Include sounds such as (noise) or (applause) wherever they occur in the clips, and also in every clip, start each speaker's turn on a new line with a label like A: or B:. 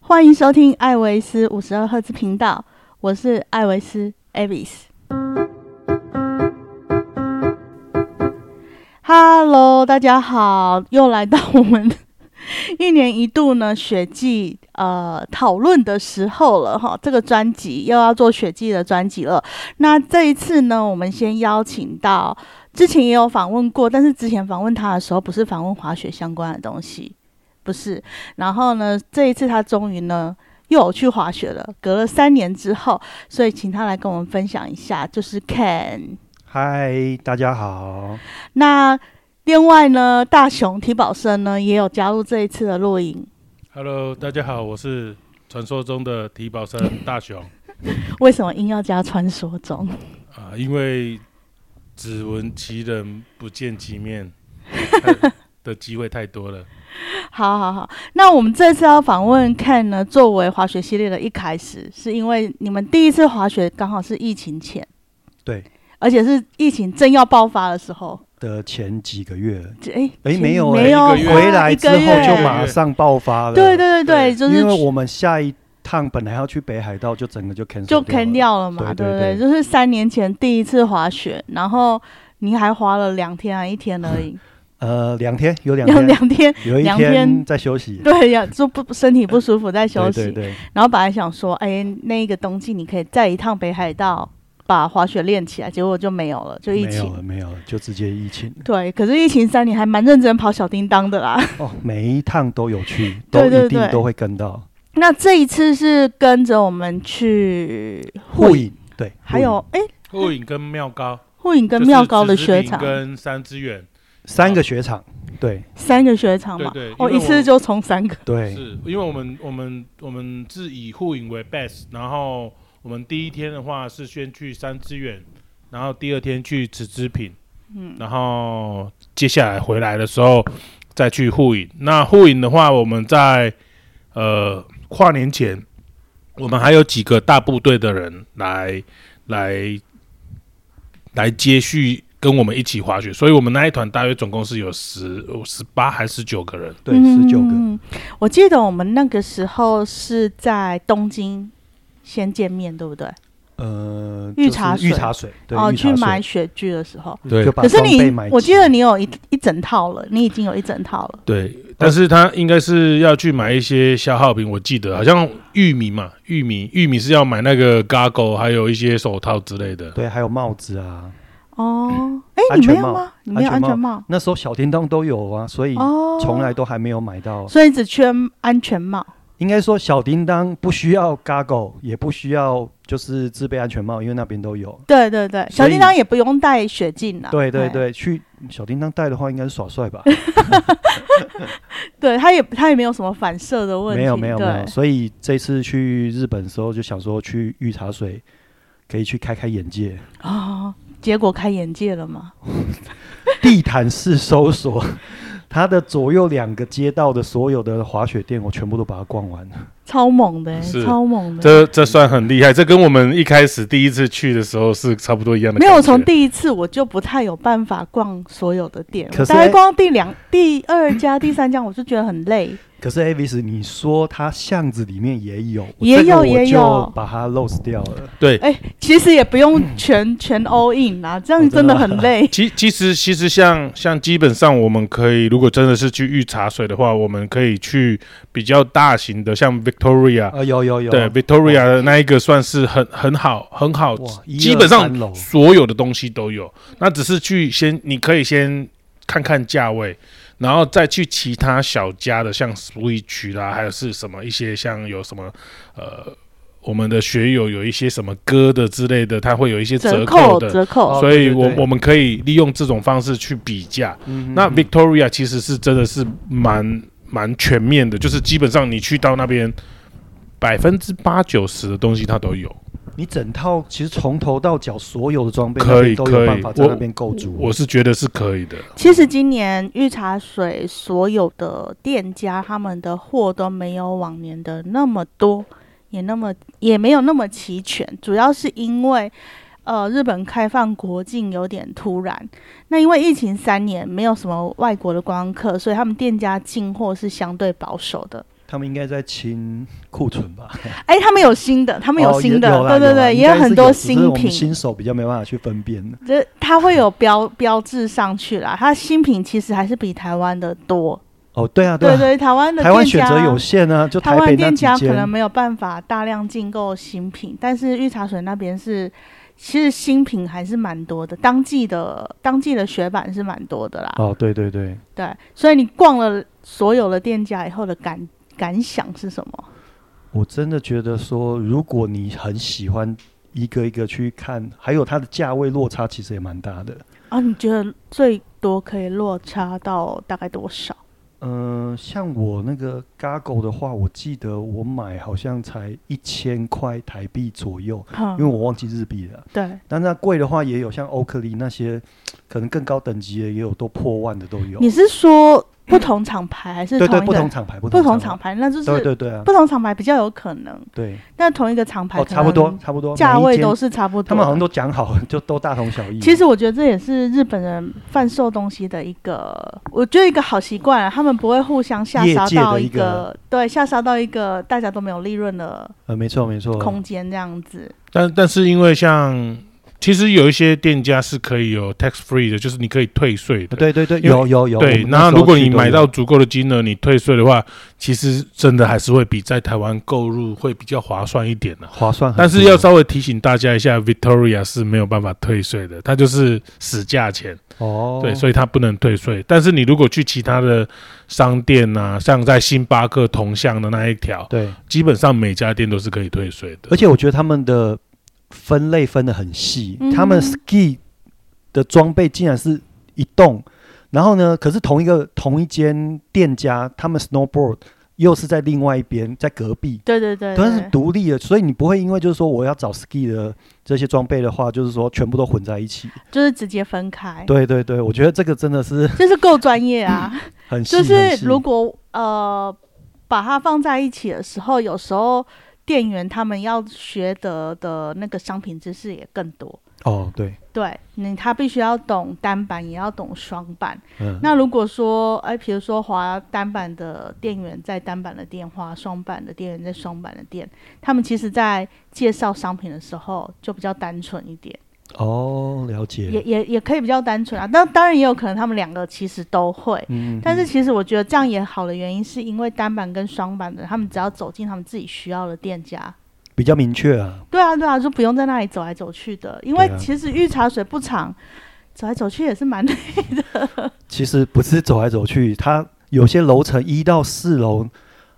A: 欢迎收听艾维斯五十二赫兹频道，我是艾维斯 Avis。Hello，大家好，又来到我们一年一度呢雪季呃讨论的时候了哈。这个专辑又要做雪季的专辑了。那这一次呢，我们先邀请到之前也有访问过，但是之前访问他的时候不是访问滑雪相关的东西，不是。然后呢，这一次他终于呢又有去滑雪了，隔了三年之后，所以请他来跟我们分享一下，就是 Ken。
B: 嗨，大家好。
A: 那另外呢，大雄提保生呢也有加入这一次的录影，
C: Hello，大家好，我是传说中的提保生大雄
A: 为什么硬要加传说中？
C: 啊、因为只闻其人不见
A: (laughs)
C: 其面的机会太多了。
A: 好好好，那我们这次要访问 Ken 呢，作为滑雪系列的一开始，是因为你们第一次滑雪刚好是疫情前，
B: 对
A: 而且是疫情正要爆发的时候。
B: 的前几个月，
A: 这哎
B: 哎、
A: 其实
B: 没有哎
A: 没有
C: 一个月
A: 花
B: 回来
A: 一
B: 之
A: 个
B: 后
A: 月
B: 就马上爆发了。
A: 对对对对，
C: 对
A: 就是
B: 因为我们下一趟本来要去北海道，就整个就 cancel
A: 就
B: 掉了
A: can 掉了嘛，
B: 对
A: 对不
B: 对
A: 对？
B: 对
A: 就是三年前第一次滑雪，然后你还滑了两天啊还一天而已，
B: 呃，两天有两
A: 两
B: 天，
A: 两天，
B: 有一
A: 两天
B: 在休息，
A: 对呀，就不身体不舒服在休
B: 对
A: 息，
B: 对对，
A: 然后本来想说，哎，那个冬季你可以再一趟北海道把滑雪练起来，结果就没有了，就疫
B: 没有了
A: 情。
B: 没有了，就直接疫情
A: 对，可是疫情三年还蛮认真跑小叮当的啦。 (laughs)
B: 哦，每一趟都有去，
A: 对
B: 都
A: 对对
B: 一定都会跟到
A: 那这一次是跟着我们去
B: 护，影，对，
A: 还
B: 护影
A: 有哎，
C: 后影跟妙高，
A: 护影跟
C: 就是
A: 妙高的
C: 子之
A: 雪
C: 平
A: 场，
C: 跟三之远，
B: 三个雪场，对
A: 三个雪场嘛
C: 对对，
A: 哦，
C: 因为
A: 一次
C: 我
A: 就冲三个。
B: 对
C: 是因为我们我们我们是以护影为 base，然后我们第一天的话是先去三之远，然后第二天去子之品，
A: 嗯，
C: 然后接下来回来的时候再去护影。那护影的话，我们在呃跨年前，我们还有几个大部队的人来来来接续跟我们一起滑雪，所以我们那一团大约总共是有十十八还是九个人。
B: 对，十九个，
A: 嗯我记得我们那个时候是在东京先见面，对不对？
B: 呃，
A: 御
B: 就是
A: 茶水
B: 御茶水，对，
A: 哦，
B: 御
A: 去
B: 茶
A: 买
B: 水，
A: 雪具的时候。
C: 对
B: 就把
A: 可是
B: 装备
A: 你
B: 买，
A: 我
B: 齐
A: 记得你有一一整套了，你已经有一整套了。
C: 对，但是他应该是要去买一些消耗品，我记得好像玉米嘛，玉米玉米是要买那个 g a g o 还有一些手套之类的。
B: 对，还有帽子啊。
A: 哦，哎，
B: 安
A: 你没
B: 全
A: 有
B: 帽
A: 吗？你没有安
B: 安全
A: 全帽？
B: 那时候小叮当都有啊，所以
A: 哦，
B: 从来，都还没有买到。
A: 所以只缺安全帽。
B: 应该说小叮当不需要 goggle，也不需要就是自备安全帽，因为那边都有。
A: 对对对，小
B: 所以
A: 叮当也不用带雪镜啊。
B: 对对
A: 哎，
B: 对，去小叮当带的话，应该是耍帅吧？
A: 对，他也他也没有什么反射的问题。
B: 没有没有
A: 对
B: 没有。所以这次去日本的时候，就想说去御茶水可以去开开眼界，
A: 哦，结果开眼界了吗？
B: 地毯式搜索， (laughs) 它的左右两个街道的所有的滑雪店，我全部都把它逛完了。
A: 超猛的，哎
C: 是
A: 超猛的。
C: 这这算很厉害，这跟我们一开始第一次去的时候是差不多一样的
A: 没
C: 感觉。
A: 有，从第一次我就不太有办法逛所有的店，
B: 可
A: 我
B: 是
A: 大概逛第两、第二家、第三家，我就觉得很
C: (laughs)
A: 累。
B: 可是 Avis，你说它巷子里面也有，
A: 也
B: 这个
A: 有
B: 我
A: 也
B: 就
A: 有
B: 把它 lose 掉了。
C: 对，
A: 哎、其实也不用全全 all in 啦，这样
B: 哦
A: 真
B: 真
A: 的
B: 的
A: 很
C: (laughs)
A: 累。
C: 其其实其实像像基本上我们可以，如果真的是去御茶水的话，我们可以去比较大型的，像 Victoria，、
B: 啊，有有有，
C: 对 Victoria 的那一个算是很很好很好，
B: 哇，一
C: 基
B: 二
C: 本上
B: 三楼
C: 所有的东西都有。那只是去先，你可以先看看价位，然后再去其他小家的，像 Switch 啦，还有是什么一些像有什么呃，我们的学友有一些什么歌的之类的，它会有一些折
A: 扣
C: 扣的，
A: 折扣，
B: 哦
C: 所以我
B: 对对对
C: 我们可以利用这种方式去比价。
B: 嗯
C: 那
B: 嗯
C: Victoria 其实是真的是蛮蛮全面的，就是基本上你去到那边。百分之八九十的东西它都有，
B: 你整套其实从头到脚所有的装备
C: 可
B: 那
C: 以
B: 边都
C: 可
B: 有
C: 以
B: 办法在那边构筑。
C: 我是觉得是可以的。
A: 其实今年御茶水所有的店家他们的货都没有往年的那么多，也那么也没有那么齐全，主要是因为。呃，日本开放国境有点突然，那因为疫情三年，没有什么外国的观光客，所以他们店家进货是相对保守的。
B: 他们应该在清库存吧？
A: 哎，他们有新的，他
B: 他
A: 们
B: (laughs)
A: 有新的，对对对，也
B: 哦有啦
A: 很
B: 应该是
A: 多
B: 有只是
A: 新
B: 我们
A: 品，
B: 新手比较没办法去分辨的。
A: 这它会有标标志上去啦。它新品其实还是比台湾的多，
B: 哦，对啊，
A: 对
B: 啊，
A: 对，台湾的
B: 台湾
A: 店
B: 选
A: 家
B: 择有限啊，就
A: 台
B: 台北
A: 湾
B: 那
A: 店
B: 几
A: 家可能
B: 间。
A: 没有办法大量进购新品，但是御茶水那边是，其实新品还是蛮多的，当季的当季的雪板是蛮多的啦。
B: 哦，对对对，
A: 对，所以你逛了所有的店家以后的感感想是什么？
B: 我真的觉得说，如果你很喜欢一个一个去看，还有它的价位落差其实也蛮大的。
A: 啊，你觉得最多可以落差到大概多少？
B: 嗯，像我那个 Gago 的话，我记得我买好像才一千块台币左右，因为
A: 嗯，
B: 我忘记日币了。
A: 对，
B: 但那贵的话也有，像欧克利那些，可能更高等级的也有，都破万的都有。
A: 你是说不同厂牌还是
B: 对
A: 同
B: 对，
A: 一
B: 不同
A: 个
B: 厂牌，不
A: 不同
B: 厂
A: 厂牌？那就
B: 牌，对
A: 是
B: 对对啊，
A: 不同厂牌比较有可能，
B: 对，
A: 但同一个厂牌
B: 哦，
A: 可
B: 差不多
A: 能，
B: 差不多，
A: 价
B: 每一
A: 位
B: 间
A: 都是差不多的。
B: 他们好像都讲好，就都大同小异。
A: 其实我觉得这也是日本人贩售东西的一个，我觉得一个好习惯、啊，他们不会互相下
B: 业
A: 杀
B: 界的
A: 到
B: 一
A: 个
B: 个
A: 对下杀到一个大家都没有利润的
B: 呃，没错没错，
A: 空间这样子。
C: 但但是因为像其实有一些店家是可以有 tax free 的，就是你可以退税的。
B: 对对对，
C: 因为
B: 有有有。我
C: 对，
B: 们
C: 然
B: 那
C: 后
B: 时候
C: 如果
B: 去
C: 你
B: 都
C: 买
B: 有
C: 到足够的金额，你退税的话，其实真的还是会比在台湾购入会比较划算一点的、啊
B: 划算很多，
C: 但是要稍微提醒大家一下，Victoria 是没有办法退税的，它就是死价钱，
B: 哦，
C: 对，所以它不能退税。但是你如果去其他的商店啊，像在星巴克同向的那一条，
B: 对，
C: 基本上每家店都是可以退税的。
B: 而且我觉得他们的分类分得很细，
A: 嗯
B: 他们 ski 的装备竟然是一栋，然后呢，可是同一个同一间店家，他们 snowboard 又是在另外一边，在隔壁。
A: 对对对
B: 但是
A: 对
B: 独立的，所以你不会因为就是说我要找 ski 的这些装备的话，就是说全部都混在一起。
A: 就是直接分开，
B: 对嗯对对，我觉得这个真的是
A: 就是够专业啊。
B: 很细
A: 就
B: 很
A: 是
B: 细
A: 如果呃把它放在一起的时候，有时候店员他们要学得的那个商品知识也更多。
B: 哦对，
A: 对你，他必须要懂单板，也要懂双板。
B: 嗯，
A: 那如果说，哎，比如说滑单板的店员在单板的店，滑双板的店员在双板的店，他们其实在介绍商品的时候就比较单纯一点，
B: 哦了解，
A: 也也也可以比较单纯啊。但当然也有可能他们两个其实都会，
B: 嗯，嗯
A: 但是
B: 嗯
A: 其实我觉得这样也好的原因，是因为单板跟双板的，他们只要走进他们自己需要的店家。
B: 比较明确啊，
A: 对啊，对啊，就不用在那里走来走去的，因为
B: 对啊
A: 其实御茶水不长，走来走去也是蛮累。
B: 其实不是走来走去，它有些楼层一到四楼，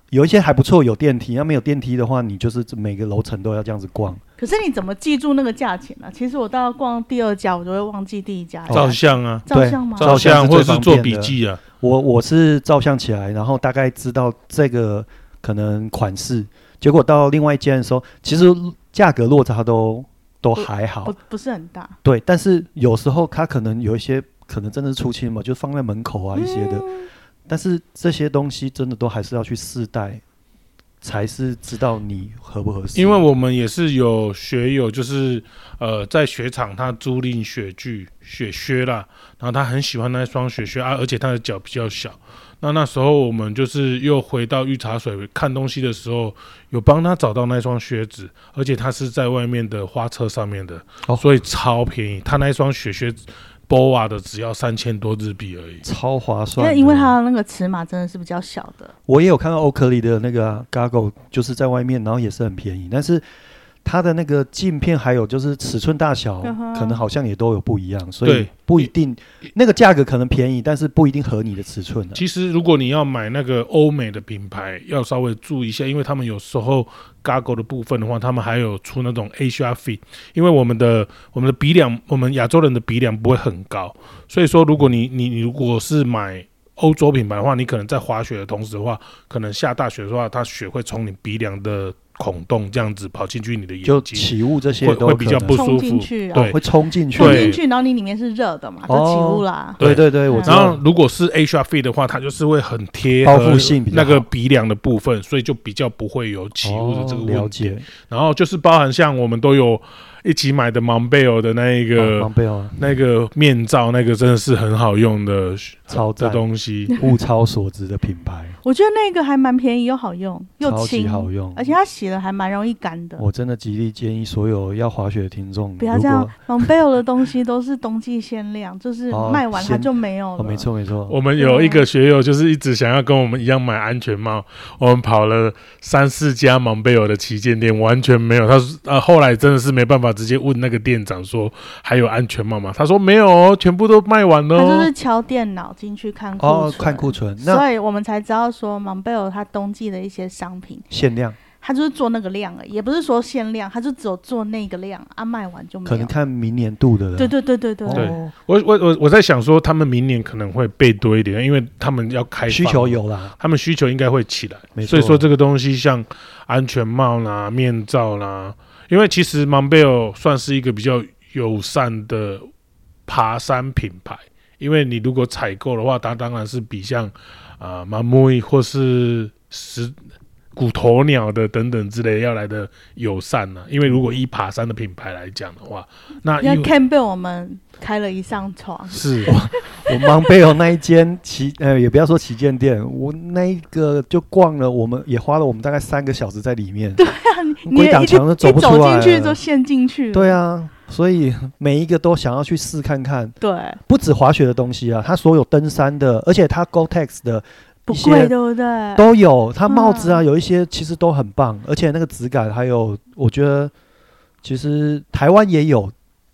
B: 有一些还不错，有电梯。那没有电梯的话，你就是每个楼层都要这样子逛。
A: 可是你怎么记住那个价钱呢、其实我到逛第二家，我就会忘记第一家了。
C: 照相啊，
A: 照
B: 对
A: 相吗？
B: 照
C: 照
B: 相
C: 相
B: 是
C: 或
B: 最
C: 者是
B: 方
C: 做
B: 便
C: 笔
B: 的
C: 记啊，
B: 我我是照相起来，然后大概知道这个可能款式，结果到另外一间的时候，其实价格落差都都还好
A: 不，哦不是很大，
B: 对。但是有时候它可能有一些可能真的是出清嘛，就放在门口啊一些的，
A: 嗯
B: 但是这些东西真的都还是要去试戴，才是知道你合不合适。
C: 因为我们也是有学友，就是呃，在雪场他租赁雪具、雪靴啦，然后他很喜欢那双雪靴啊，而且他的脚比较小。那那时候我们就是又回到御茶水看东西的时候，有帮他找到那双靴子，而且他是在外面的花车上面的，
B: 哦
C: 所以超便宜。他那双雪靴 BOA 的只要三千多日币而已。
B: 超划
A: 因
B: 算的。
A: 为因为它的那个尺码真的是比较小的，
B: 我也有看到欧克利的那个啊 Gago，就是在外面，然后也是很便宜，但是它的那个镜片还有就是尺寸大小，
A: 嗯哼
B: 可能好像也都有不一样，所以
C: 对
B: 不一定那个价格可能便宜，但是不一定合你的尺寸的、啊
C: 其实如果你要买那个欧美的品牌，要稍微注意一下，因为他们有时候 Gago 的部分的话，他们还有出那种 Asia Fit，因为我们的我们的鼻梁，我们亚洲人的鼻梁不会很高，所以说如果你你你如果是买欧洲品牌的话，你可能在滑雪的同时的话，可能下大雪的话，它雪会从你鼻梁的孔洞这样子跑进去你的
B: 就
C: 眼睛，
B: 起雾这些
C: 会
B: 都
C: 会比较
B: 可能
C: 不舒
A: 冲进
C: 服
A: 去，然后
C: 对
B: 会冲进去。
A: 冲
C: 对
A: 进去，然后你里面是热的嘛，就
B: 哦
A: 起雾啦。
B: 对
C: 对
B: 对对，我知
C: 然
B: 道
C: 后。如果是 Asia Fit 的话，它就是会很贴
B: 包
C: 合
B: 覆性比较
C: 那
B: 好
C: 个鼻梁的部分，所以就比较不会有起雾的这个
B: 哦
C: 问
B: 了
C: 题。
B: 解，
C: 然后就是包含像我们都有，一起买的 Montbell 的那一个、
B: 防备啊，
C: 那个面罩，那个真的是很好用的
B: 超
C: 的
B: 赞，
C: 东西。
B: 物超所值的品牌，
A: 我觉得那个还蛮便宜又好用， (laughs) 又
B: 超级
A: 轻，
B: 好用，
A: 而且它洗了还蛮容易干的。
B: 我真的极力建议所有要滑雪的听众，
A: 不要
B: 如
A: 这样
B: 果，
A: ，Montbell 的东西都是冬季限量，就是
B: 哦
A: 卖完它
B: 限
A: 就没有了。
B: 哦，没，错没错，
C: 我们有一个学友，就是一直想要跟我们一样买安全帽。我们跑了三四家蒙贝尔的旗舰店，完全没有。他说呃，后来真的是没办法，直接问那个店长说还有安全帽吗？他说没有哦，全部都卖完了
A: 它就
C: 哦
A: 是。敲电脑进去看库
B: 哦，
A: 存
B: 看库存，那
A: 所以我们才知道说 Montbell 它冬季的一些商品，
B: 限量，
A: 它就是做那个量而已，也不是说限量，它就只有做那个量，啊，卖完就没
B: 可
A: 有。
B: 能看明年度的了，
A: 对对对对对，
C: 对
B: 哦，
C: 我我我我在想说，他们明年可能会备多一点，因为他们要开放
B: 需求，有啦， (laughs)
C: 他们需求应该会起来。
B: 没错，
C: 所以说这个东西像安全帽啦、面罩啦，因为其实 Montbell 算是一个比较友善的爬山品牌，因为你如果采购的话，它当然是比像啊马木伊或是石骨头鸟的等等之类要来的友善呢、因为如果以爬山的品牌来讲的话，那
A: 因为
C: 因为
A: Campbell 我们开了一上床，
C: 是
B: 我芒贝尔那一间旗，呃，也不要说旗舰店，我那一个就逛了，我们也花了我们大概三个小时在里面。对
A: 啊你
B: 鬼
A: 也
B: 挡
A: 一直
B: 墙都走
A: 一
B: 不出
A: 走
B: 来
A: 进去
B: 了
A: 就陷进去了。
B: 啊，所以每一个都想要去试看看，
A: 对，
B: 不止滑雪的东西啊，它所有登山的，而且它 Gore-Tex 的
A: 不
B: 一
A: 贵，
B: 些
A: 对不对？
B: 都有，它帽子
A: 嗯
B: 啊，有一些其实都很棒，而且那个质感，还有我觉得其实台湾也有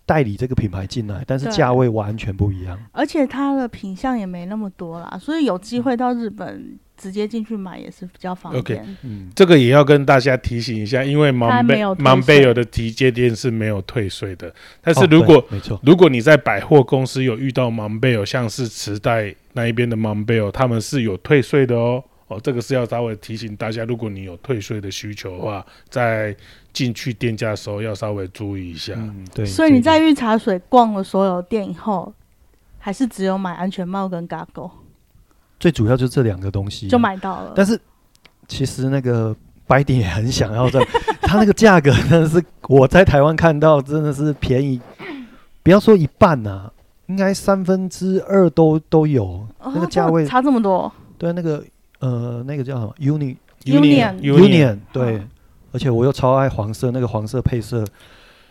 B: 代理这个品牌进来，但是
A: 对
B: 价位完全不一样。
A: 而且它的品相也没那么多啦，所以有机会到日本直接进去买也是比较方
C: OK
A: 便。
B: 嗯，
C: 这个也要跟大家提醒一下，因为
A: 它
C: 芒
A: 没
C: 贝
A: 有退税
C: 芒贝尔的提接店是没有退税的，但是
B: 哦
C: 如
B: 对
C: 果、
B: 没错，
C: 如果你在百货公司有遇到 Montbell，像是池袋那一边的 Montbell，他们是有退税的哦。哦，这个是要稍微提醒大家，如果你有退税的需求的话，在进去店家的时候要稍微注意一下。
B: 嗯，对，
A: 所以你
B: 这
A: 在御茶水逛了所有店以后，还是只有买安全帽跟 g a g g
B: 最主要就是这两个东西、
A: 就。买到了。
B: 但是其实那个白点也很想要 (laughs) 在，它那个价格真的是我在台湾看到真的是便宜，不要说一半呐、应该三分之二都都有、
A: 哦
B: 那个价位。
A: 差这么多，
B: 对，那个呃，那个叫什么 Uni
A: Union
B: Union 对
A: 嗯，
B: 而且我又超爱黄色，那个黄色配色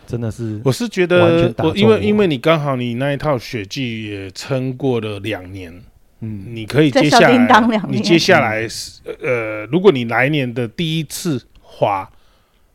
B: 真的是
C: 我是觉
B: 完
C: 得
B: 全，打
C: 我
B: 中
C: 因为
B: 我
C: 因为你刚好你那一套雪具也撑过了两年，
B: 嗯
C: 你可以
A: 在
C: 接
A: 小
C: 下来
A: 叮当两
C: 你
A: 年
C: 接下来是呃，如果你来年的第一次滑，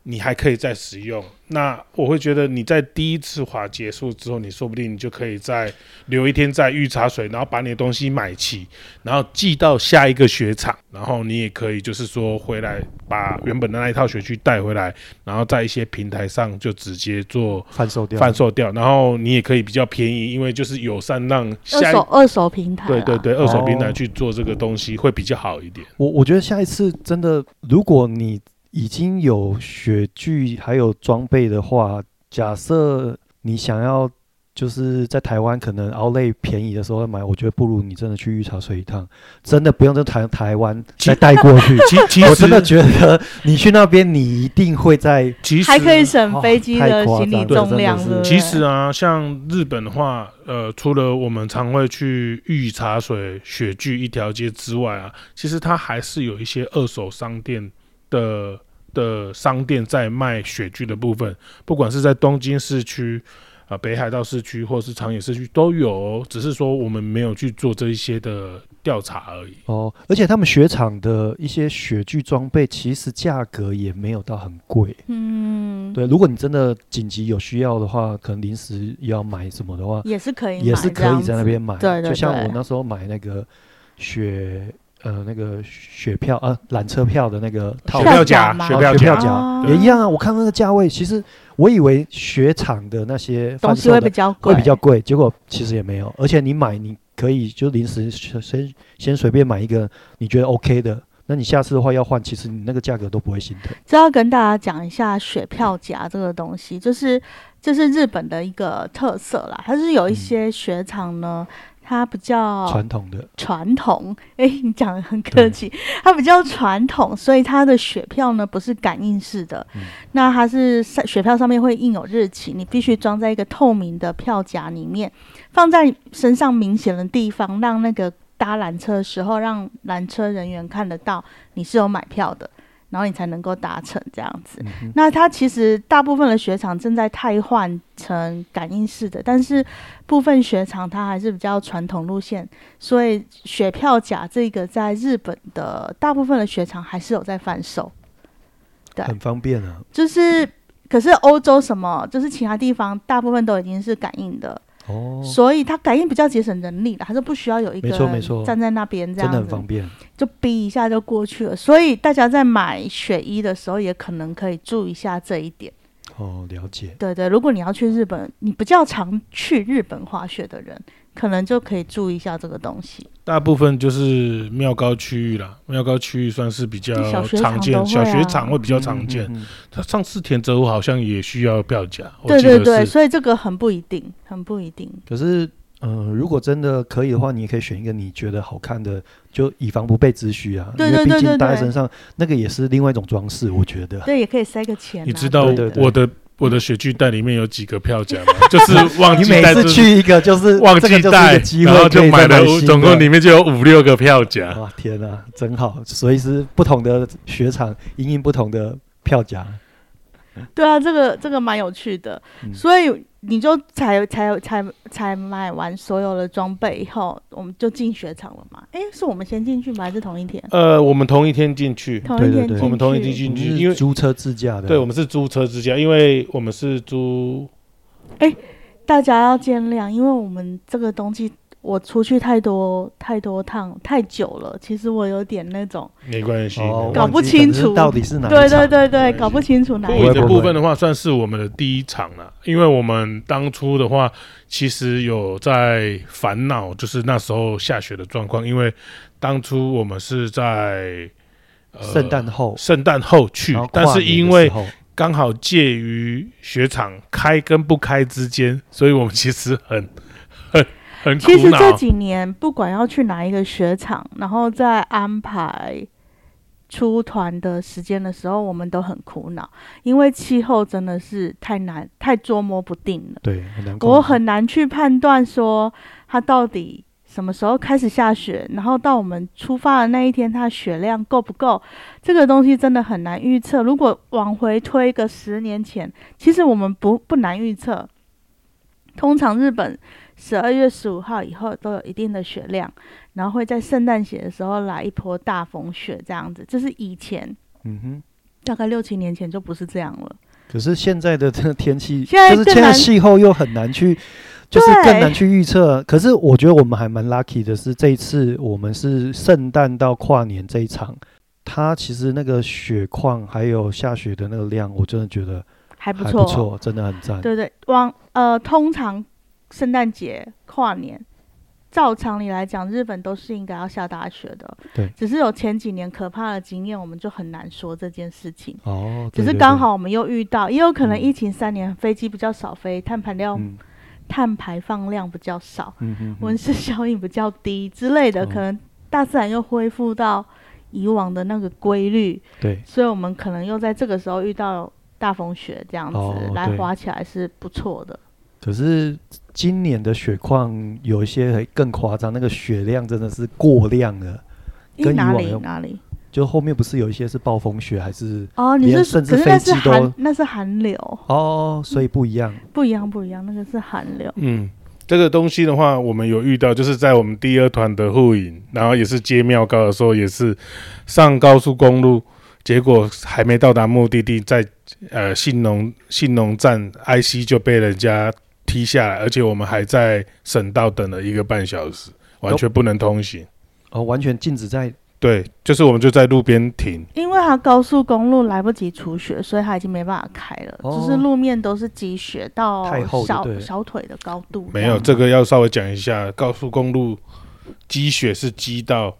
C: 你还可以再使用。那我会觉得你在第一次滑结束之后，你说不定你就可以再留一天在御茶水，然后把你的东西买齐，然后寄到下一个雪场，然后你也可以就是说回来把原本的那一套雪具带回来，然后在一些平台上就直接做
B: 贩售掉
C: 贩售掉，然后你也可以比较便宜，因为就是友善让下
A: 二
C: 一
A: 手二手平台。啊
C: 对对，对，二手平台
B: 哦
C: 去做这个东西会比较好一点。
B: 我我觉得下一次真的，如果你已经有雪具还有装备的话，假设你想要就是在台湾可能 Outlet 便宜的时候买，我觉得不如你真的去御茶水一趟，真的不用在台台湾
C: 其。
B: 再带过去
C: 其 (laughs) 其
B: 我真的
C: 实
B: 觉得你去那边，你一定会在
C: 其
A: 还可以
C: 实
A: 省
B: 哦
A: 飞机
B: 太
A: 的
B: 夸
A: 行李
B: 张了
A: 重量，
B: 真
A: 对
B: 的
A: 不
B: 是
A: 对
C: 其实啊，像日本的话，呃，除了我们常会去御茶水、雪具一条街之外啊，其实它还是有一些二手商店的的商店在卖雪具的部分，不管是在东京市区。啊、北海道市区或是长野市区都有哦、只是说我们没有去做这一些的调查而已。
B: 哦，而且他们雪场的一些雪具装备，其实价格也没有到很贵。
A: 嗯，
B: 对，如果你真的紧急有需要的话，可能临时要买什么的
C: 啊
B: 话，
A: 也是可以买，
B: 也是可以在那
A: 这样子。
B: 边买。
A: 对对
B: 就像我
A: 对
B: 那时候买那个雪呃那个雪票啊缆车票的那个套
C: 雪
A: 票
C: 票
A: 夹
C: 夹，
A: 吗
C: 雪
B: 哦
C: 票
B: 雪
C: 夹
B: 票，
A: 哦
B: 夹也一样啊。我看那个价位，其实我以为雪场的那些
A: 东
B: 贩
A: 西
B: 售
A: 会比
B: 的
A: 较贵，
B: 会比较贵，结果其实也没有。而且你买，你可以就临时先先随便买一个你觉得 OK 的，那你下次的话要换，其实你那个价格都不会心疼。
A: 这要跟大家讲一下雪票夹这个东西，就是这是日本的一个特色啦。它是有一些雪场呢，它比较
B: 传统的
A: 传统， (laughs) 哎、你讲的很客气，它比较传统，所以它的雪票呢不是感应式的，
B: 嗯
A: 那它是上雪票上面会印有日期，你必须装在一个透明的票夹里面，放在身上明显的地方，让那个搭缆车的时候让缆车人员看得到你是有买票的，然后你才能够达成这样子。
B: 嗯哼
A: 那它其实大部分的雪场正在汰换成感应式的，但是部分雪场它还是比较传统路线，所以雪票夹这个在日本的大部分的雪场还是有在贩售。对
B: 很方便啊。
A: 就是，可是欧洲什么，就是其他地方大部分都已经是感应的，
B: 哦，
A: 所以它感应比较节省人力了，它就不需要有一个
B: 没错没
A: 人
B: 错
A: 站在那边这样
B: 真的很
A: 子，
B: 方便。
A: 就逼一下就过去了。所以大家在买雪衣的时候，也可能可以注意一下这一点。
B: 哦，了解。
A: 对对，如果你要去日本，你比较常去日本滑雪的人，可能就可以注意一下这个东西。
C: 大部分就是庙高区域啦，庙高区域算是比较
A: 小学
C: 常见，
A: 场都会
C: 小
A: 啊
C: 学场会比较常见。
B: 嗯嗯嗯
C: 他上次田泽湖好像也需要票价，我
A: 对
C: 记得
A: 对对，
C: 是
A: 所以这个很不一定，很不一定。
B: 可是，嗯、如果真的可以的话，你也可以选一个你觉得好看的，就以防不备之需啊。
A: 对
B: 因为
A: 对
B: 毕
A: 对
B: 竟
A: 对
B: 搭在
A: 对
B: 身上，那个也是另外一种装饰，我觉得。
A: 对，也可以塞个钱、啊。
C: 你知道
A: 对
B: 对
A: 对
B: 对
C: 我的我的雪具袋里面有几个票
B: (laughs)
C: 价吗？就是忘
B: 你
C: 记
B: 每
C: 带
B: 次
C: 这，
B: 去一个就是
C: 忘
B: 这个
C: 记
B: 就是一
C: 带
B: 个机，
C: 然后
B: 会可
C: 就
B: 以再
C: 买了
B: 新
C: 五，
B: 的
C: 总共里面就有五六个票价。
B: 哇天啊，真好！随时不同的雪场，因应不同的票价。
A: 对啊，这个这个蛮有趣的，
B: 嗯
A: 所以你就才才才才买完所有的装备以后，我们就进雪场了嘛。诶，是我们先进去吗？还是同一天？
C: 呃，我们同一天进去，
A: 同
B: 对
A: 一
B: 对
A: 天
B: 对
A: 进去，
C: 我们同一天
B: 你
C: 进去，
B: 们
C: 因
B: 是
C: 为
B: 租车自驾的，
C: 对我们是租车之家，因为我们是租
A: 大家要见谅，因为我们这个东西我出去太多太多趟太久了，其实我有点那种，
C: 没关系。
B: 哦，
A: 搞
B: 忘
A: 不
B: 记
A: 清
B: 可能是
A: 楚
B: 到底是哪一
A: 对对
B: 场
A: 对
C: 没
A: 对，
C: 关系
A: 搞不清楚哪一
C: 护
B: 我也
C: 理
A: 个。
C: 的
B: 不会
C: 部分的话，算是我们的第一场了，因为我们当初的话，其实有在烦恼，就是那时候下雪的状况，因为当初我们是在、呃
B: 圣诞后，
C: 圣诞后去
B: 然后，
C: 但
B: 跨
C: 呃是
B: 年的
C: 因为
B: 时候
C: 刚好介于雪场开跟不开之间，所以我们其实很很很
A: 其
C: 苦
A: 实这
C: 恼。
A: 几年不管要去哪一个雪场，然后在安排出团的时间的时候，我们都很苦恼，因为气候真的是太难、太捉摸不定了。
B: 对很难控制，
A: 我很难去判断说它到底什么时候开始下雪，然后到我们出发的那一天，它雪量够不够，这个东西真的很难预测。如果往回推个十年前，其实我们不不难预测。通常日本十二月十五号以后都有一定的雪量，然后会在圣诞节的时候来一波大风雪，这样子。这是以前
B: 嗯哼。
A: 大概六七年前就不是这样了。
B: 可是现在的这个天气，
A: (laughs) 现在
B: 就是
A: 更
B: 现在
A: 难
B: 气候又很难去，就是更
A: 对
B: 难去预测。可是我觉得我们还蛮 lucky 的是，这一次我们是圣诞到跨年这一场，它其实那个雪况还有下雪的那个量，我真的觉得
A: 还不
B: 还
A: 错，哦
B: 不错，真的很赞。
A: 对对，往呃，通常圣诞节、跨年，照常理来讲，日本都是应该要下大雪的。
B: 对
A: 只是有前几年可怕的经验，我们就很难说这件事情。
B: 哦，
A: 只
B: 对
A: 是
B: 对
A: 刚
B: 对
A: 好我们又遇到，也有可能
B: 嗯
A: 疫情三年飞机比较少飞，碳排量、
B: 嗯
A: 碳排放量比较少，
B: 嗯嗯嗯
A: 温室效应比较低之类的，
B: 嗯
A: 可能大自然又恢复到以往的那个规律，
B: 对，
A: 所以我们可能又在这个时候遇到大风雪这样子，
B: 哦
A: 来
B: 对
A: 滑起来是不错的。
B: 可是今年的雪况有一些还更夸张，那个雪量真的是过量了。跟
A: 咦
B: 以
A: 哪
B: 往
A: 里
B: 有
A: 哪里？
B: 就后面不是有一些是暴风雪，还是
A: 哦，你
B: 连
A: 是
B: 甚至
A: 可是那是
B: 飞机都
A: 寒，那是寒流，
B: 哦，所以不一样。
A: 不一样不一样，那个是寒流。
C: 嗯，这个东西的话，我们有遇到，就是在我们第二团的护影，然后也是接妙高的时候，也是上高速公路，结果还没到达目的地，在呃信农信农站 IC 就被人家踢下来，而且我们还在省道等了一个半小时，完全不能通行。
B: 哦，完全禁止在
C: 对，就是我们就在路边停，
A: 因为它高速公路来不及除雪，所以它已经没办法开了，
B: 哦
A: 就是路面都是积雪到
B: 太厚就
A: 小
B: 对了
A: 小腿的高度。
C: 没有
A: 这样
C: 这个要稍微讲一下，高速公路积雪是积到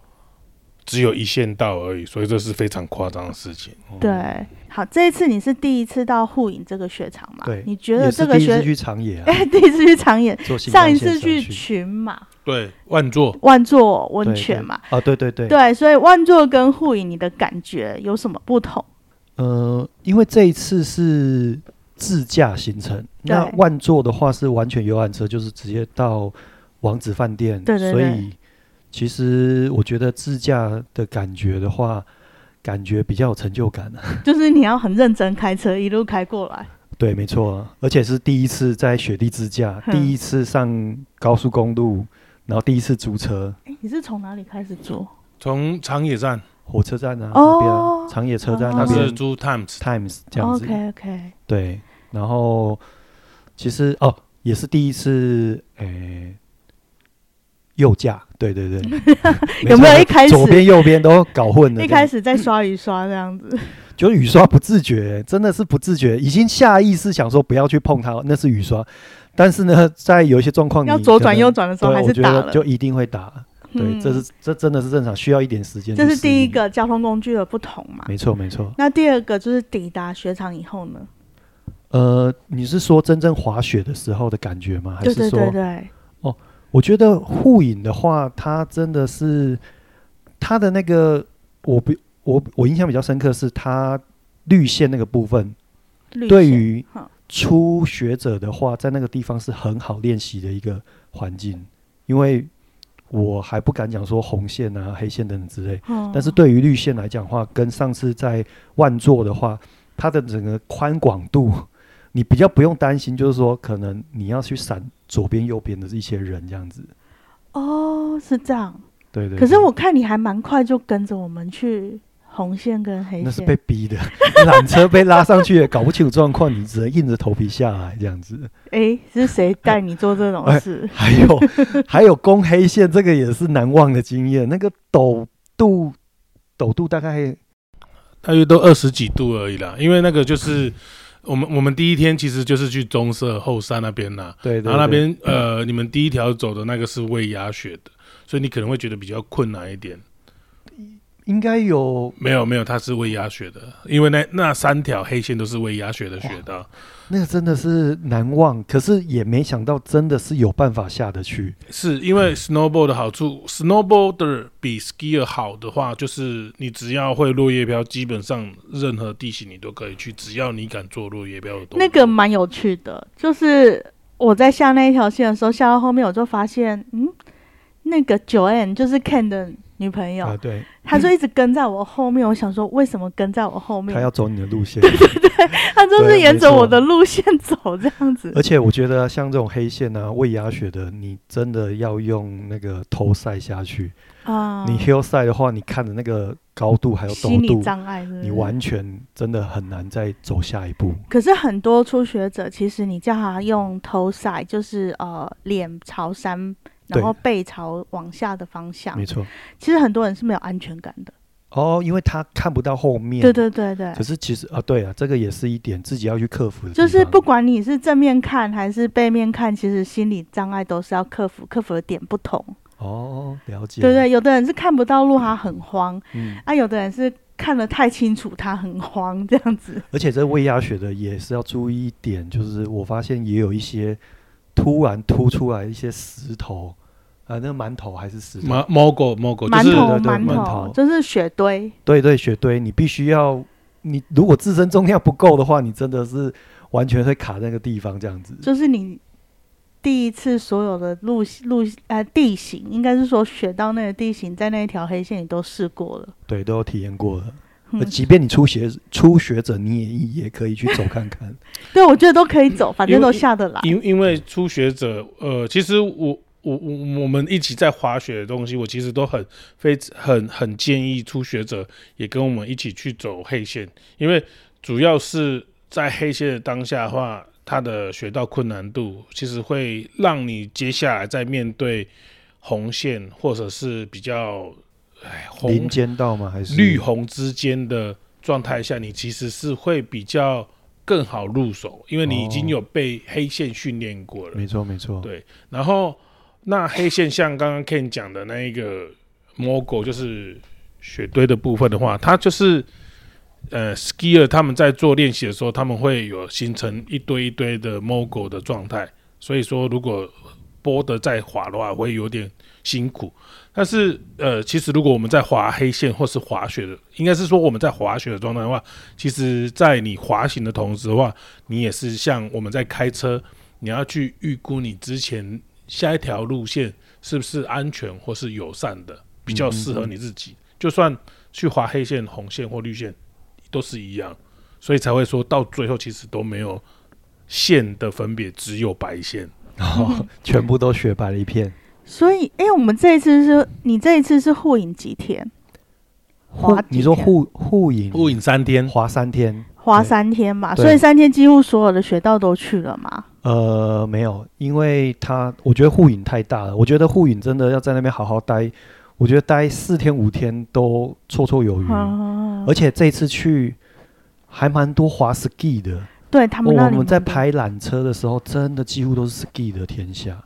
C: 只有一线道而已，所以这是非常夸张的事情。
A: 对。好，这一次你是第一次到护影这个雪场嘛？
B: 对
A: 你觉
B: 也
A: 得
B: 是
A: 这个 (laughs)
B: 第一次
A: 雪，
B: 去长野啊，
A: 哎，第一次去长野，
B: (laughs) 做新
A: 上
B: 干
A: 一
B: 线
A: 次去
B: 去
A: 群马，
C: 对，万座
A: 万座温
B: 对
A: 泉嘛。
B: 对啊，对对对，
A: 对，所以万座跟护影，你的感觉有什么不同？ (laughs)
B: 呃，因为这一次是自驾行程，
A: 对
B: 那万座的话是完全游览车，就是直接到王子饭店，
A: 对对
B: 所
A: 对
B: 以其实我觉得自驾的感觉的话，感觉比较有成就感、啊、 (laughs)
A: 就是你要很认真开车，一路开过来。
B: 对，没错、啊，而且是第一次在雪地自驾，
A: 哼
B: 第一次上高速公路，然后第一次租车，
A: 哎，你是从哪里开始做？
C: 从长野站，
B: 火车站啊、
A: 哦
B: 那边啊、长野车站
A: 哦
B: 那
C: 它
B: 边、
C: 是租 Times，
B: Times 这样子。
A: OK OK，
B: 对，然后其实哦，也是第一次诶、右驾，对
A: (laughs)
B: 对对，
A: 有没有
B: 错
A: 一开始
B: 左边右边都搞混了？
A: 一开
B: 始
A: 始在刷雨刷这样子，
B: 就是雨刷不自觉，真的是不自觉，已经下意识想说不要去碰它，那是雨刷。但是呢，在有一些状况，
A: 要
B: 你
A: 左
B: 可
A: 转
B: 能
A: 右转的时候
B: 对啊
A: 还
B: 我
A: 是
B: 觉
A: 打
B: 得
A: 了。
B: 就一定会打。对，这
A: 嗯
B: 是这真的是正常，需要一点时间。
A: 这是第一，个交通工具的不同嘛。
B: 没错没错。
A: 那第二个就是抵达雪场以后呢？
B: 呃，你是说真正滑雪的时候的感觉吗？还
A: 对
B: 是
A: 对
B: 说
A: 对对，
B: 我觉得护影的话，它真的是它的那个，我比我我印象比较深刻是它绿线那个部分，
A: 绿
B: 对
A: 线
B: 于
A: 好
B: 初学者的话，在那个地方是很好练习的一个环境，因为我还不敢讲说红线啊、黑线等等之类，
A: 嗯
B: 但是对于绿线来讲的话，跟上次在万座的话，它的整个宽广度，你比较不用担心，就是说可能你要去闪左边、右边的一些人这样子。
A: 哦是这样。
B: 对对
A: 可是
B: 对
A: 我看你还蛮快就跟着我们去红线跟黑
B: 那是被
A: 线，
B: 逼的， (laughs) 缆车被拉上去，搞不清楚状况，你只能硬着头皮下来这样子。
A: 哎，是谁带你做这种
B: (laughs) 哎
A: 事？
B: 还有 (laughs) 还有攻黑线，这个也是难忘的经验。那个陡度陡度大概
C: 大约都二十几度而已啦。因为那个就是我们我们第一天其实就是去棕色后山那边啦，
B: 对对
C: 然后那
B: 对
C: 边呃你们第一条走的那个是未压雪的，所以你可能会觉得比较困难一点。
B: 应该有
C: 没有没有，它是未压雪的，因为那那三条黑线都是未压雪的雪道。
B: 那个真的是难忘，可是也没想到真的是有办法下得去。
C: 是因为 snowboard 的好处，snowboarder 比 skier 好的话，就是你只要会落叶飘，基本上任何地形你都可以去，只要你敢做落叶飘的动作。
A: 那个蛮有趣的，就是我在下那一条线的时候，下到后面我就发现，嗯，那个九 N 就是 Ken 的女朋友，
B: 啊，对，
A: 她就一直跟在我后面。我想说，为什么跟在我后面
B: 他？要走你的路
A: (laughs)
B: 线，
A: 她就
B: 对
A: 是
B: 啊
A: 沿
B: 没
A: 着我
B: 错
A: 的路线走这样子。
B: 而且我觉得像这种黑线啊、未压雪的，你真的要用那个头塞下去。
A: 啊，
B: 你 hillside 的话，你看的那个高度还有
A: 心
B: 陡
A: 理
B: 度，
A: 障碍是不是
B: 你完全真的很难再走下一步。
A: 可是很多初学者，其实你叫他用头塞，就是呃脸朝山，然
B: 对
A: 后背朝往下的方向
B: 没，错，
A: 其实很多人是没有安全感的。
B: 哦，因为他看不到后面。
A: 对。对对对
B: 可，是其实啊，对啊，这个也是一点自己要去克服的地
A: 就
B: 方。
A: 是不管你是正面看还是背面看，其实心理障碍都是要克服，克服的点不同，
B: 哦，了解。
A: 对不对？有的人是看不到路，他很慌；
B: 嗯，
A: 啊，有的人是看得太清楚，他很慌，这样子。
B: 而且这胃压血的也是要注意一点，就是我发现也有一些突然凸出来一些石头，啊，那个馒头还是石头，
C: 猫猫狗猫狗哦就
A: 馒
C: 是
A: 头，
B: 对对
A: 馒
B: 馒
A: 头，
B: 头
A: 就是雪堆，
B: 对对，雪堆，你必须要，你如果自身重量不够的话，你真的是完全会卡在那个地方这样
C: 嗯
B: 子。
A: 就是你第一次所有的路路呃地形，应该是说雪道那个地形，在那一条黑线你都试过了。
B: 对，都有体验过了。
A: 嗯
B: 呃即便你初学初学者，你也也可以去走看看。
A: 对，我觉得都可以走，反正
C: 因为
A: 都下得来。
C: 因因为初学者，呃，其实我我我我们一起在滑雪的东西，我其实都很非很很建议初学者也跟我们一起去走黑线，因为主要是在黑线的当下的话，它的学到困难度其实会让你接下来在面对红线或者是比较哎红
B: 林间道吗？还是
C: 绿？红之间的状态下，你其实是会比较更好入手，因为你已经
B: 哦
C: 有被黑线训练过了。
B: 没错，没错。
C: 对然后那黑线像刚刚 Ken 讲的那一个 Mogo，就是雪堆的部分的话，它就是呃 skier 他们在做练习的时候，他们会有形成一堆一堆的 Mogo 的状态。所以说，如果波的在滑的话，会有点辛苦。但是呃，其实如果我们在滑黑线或是滑雪的，应该是说我们在滑雪的状态的话，其实，在你滑行的同时的话，你也是像我们在开车，你要去预估你之前下一条路线是不是安全或是友善的，比较适合你自己。就算去划黑线、红线或绿线，都是一样，所以才会说到最后其实都没有线的分别，只有白线。
B: 然后 (laughs) 全部都雪白了一片。
A: 所以，哎、我们这一次是你这一次是护影几天？
B: 护
A: 滑，
B: 你说
A: 几天
B: 护护影
C: 雾影三天，
B: 滑三天？
A: 滑
B: 对
A: 三天嘛，
B: 对
A: 所以三天几乎所有的雪道都去了嘛。
B: 呃，没有，因为他我觉得护影太大了，我觉得护影真的要在那边好好待，我觉得待四天五天都绰绰有余。
A: 啊，
B: 嗯而且这次去还蛮多滑 ski 的，
A: 对他
B: 哦
A: 们让
B: 我
A: 你
B: 们在
A: 的
B: 排缆车的时候，真的几乎都是 ski 的天下。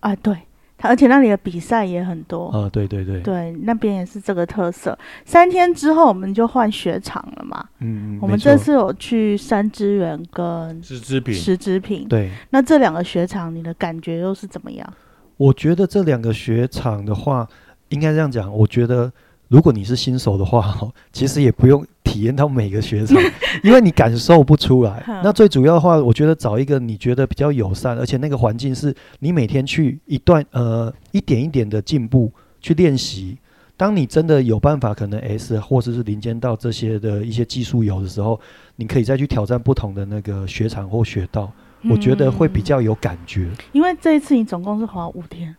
A: 啊，对，他而且那里的比赛也很多。
B: 啊、对对对，
A: 哦对，那边也是这个特色。三天之后我们就换雪场了嘛。
B: 嗯，嗯
A: 我
B: 没
A: 们这
B: 错
A: 次有去三之园跟
C: 是之品。
A: 石之坪。
B: 对，
A: 那这两个雪场，你的感觉又是怎么样？
B: 我觉得这两个雪场的话，应该这样讲，我觉得如果你是新手的话， (laughs) 其实也不用体验到每个雪场，因为你感受不出来
A: 哼。
B: 那最主要的话，我觉得找一个你觉得比较友善，而且那个环境是你每天去一段呃一点一点的进步去练习。当你真的有办法，可能 S 或者是林间道这些的一些技术有的时候，你可以再去挑战不同的那个雪场或雪道，我觉得会比
A: 嗯
B: 较有感觉。
A: 因为这一次你总共是滑五天，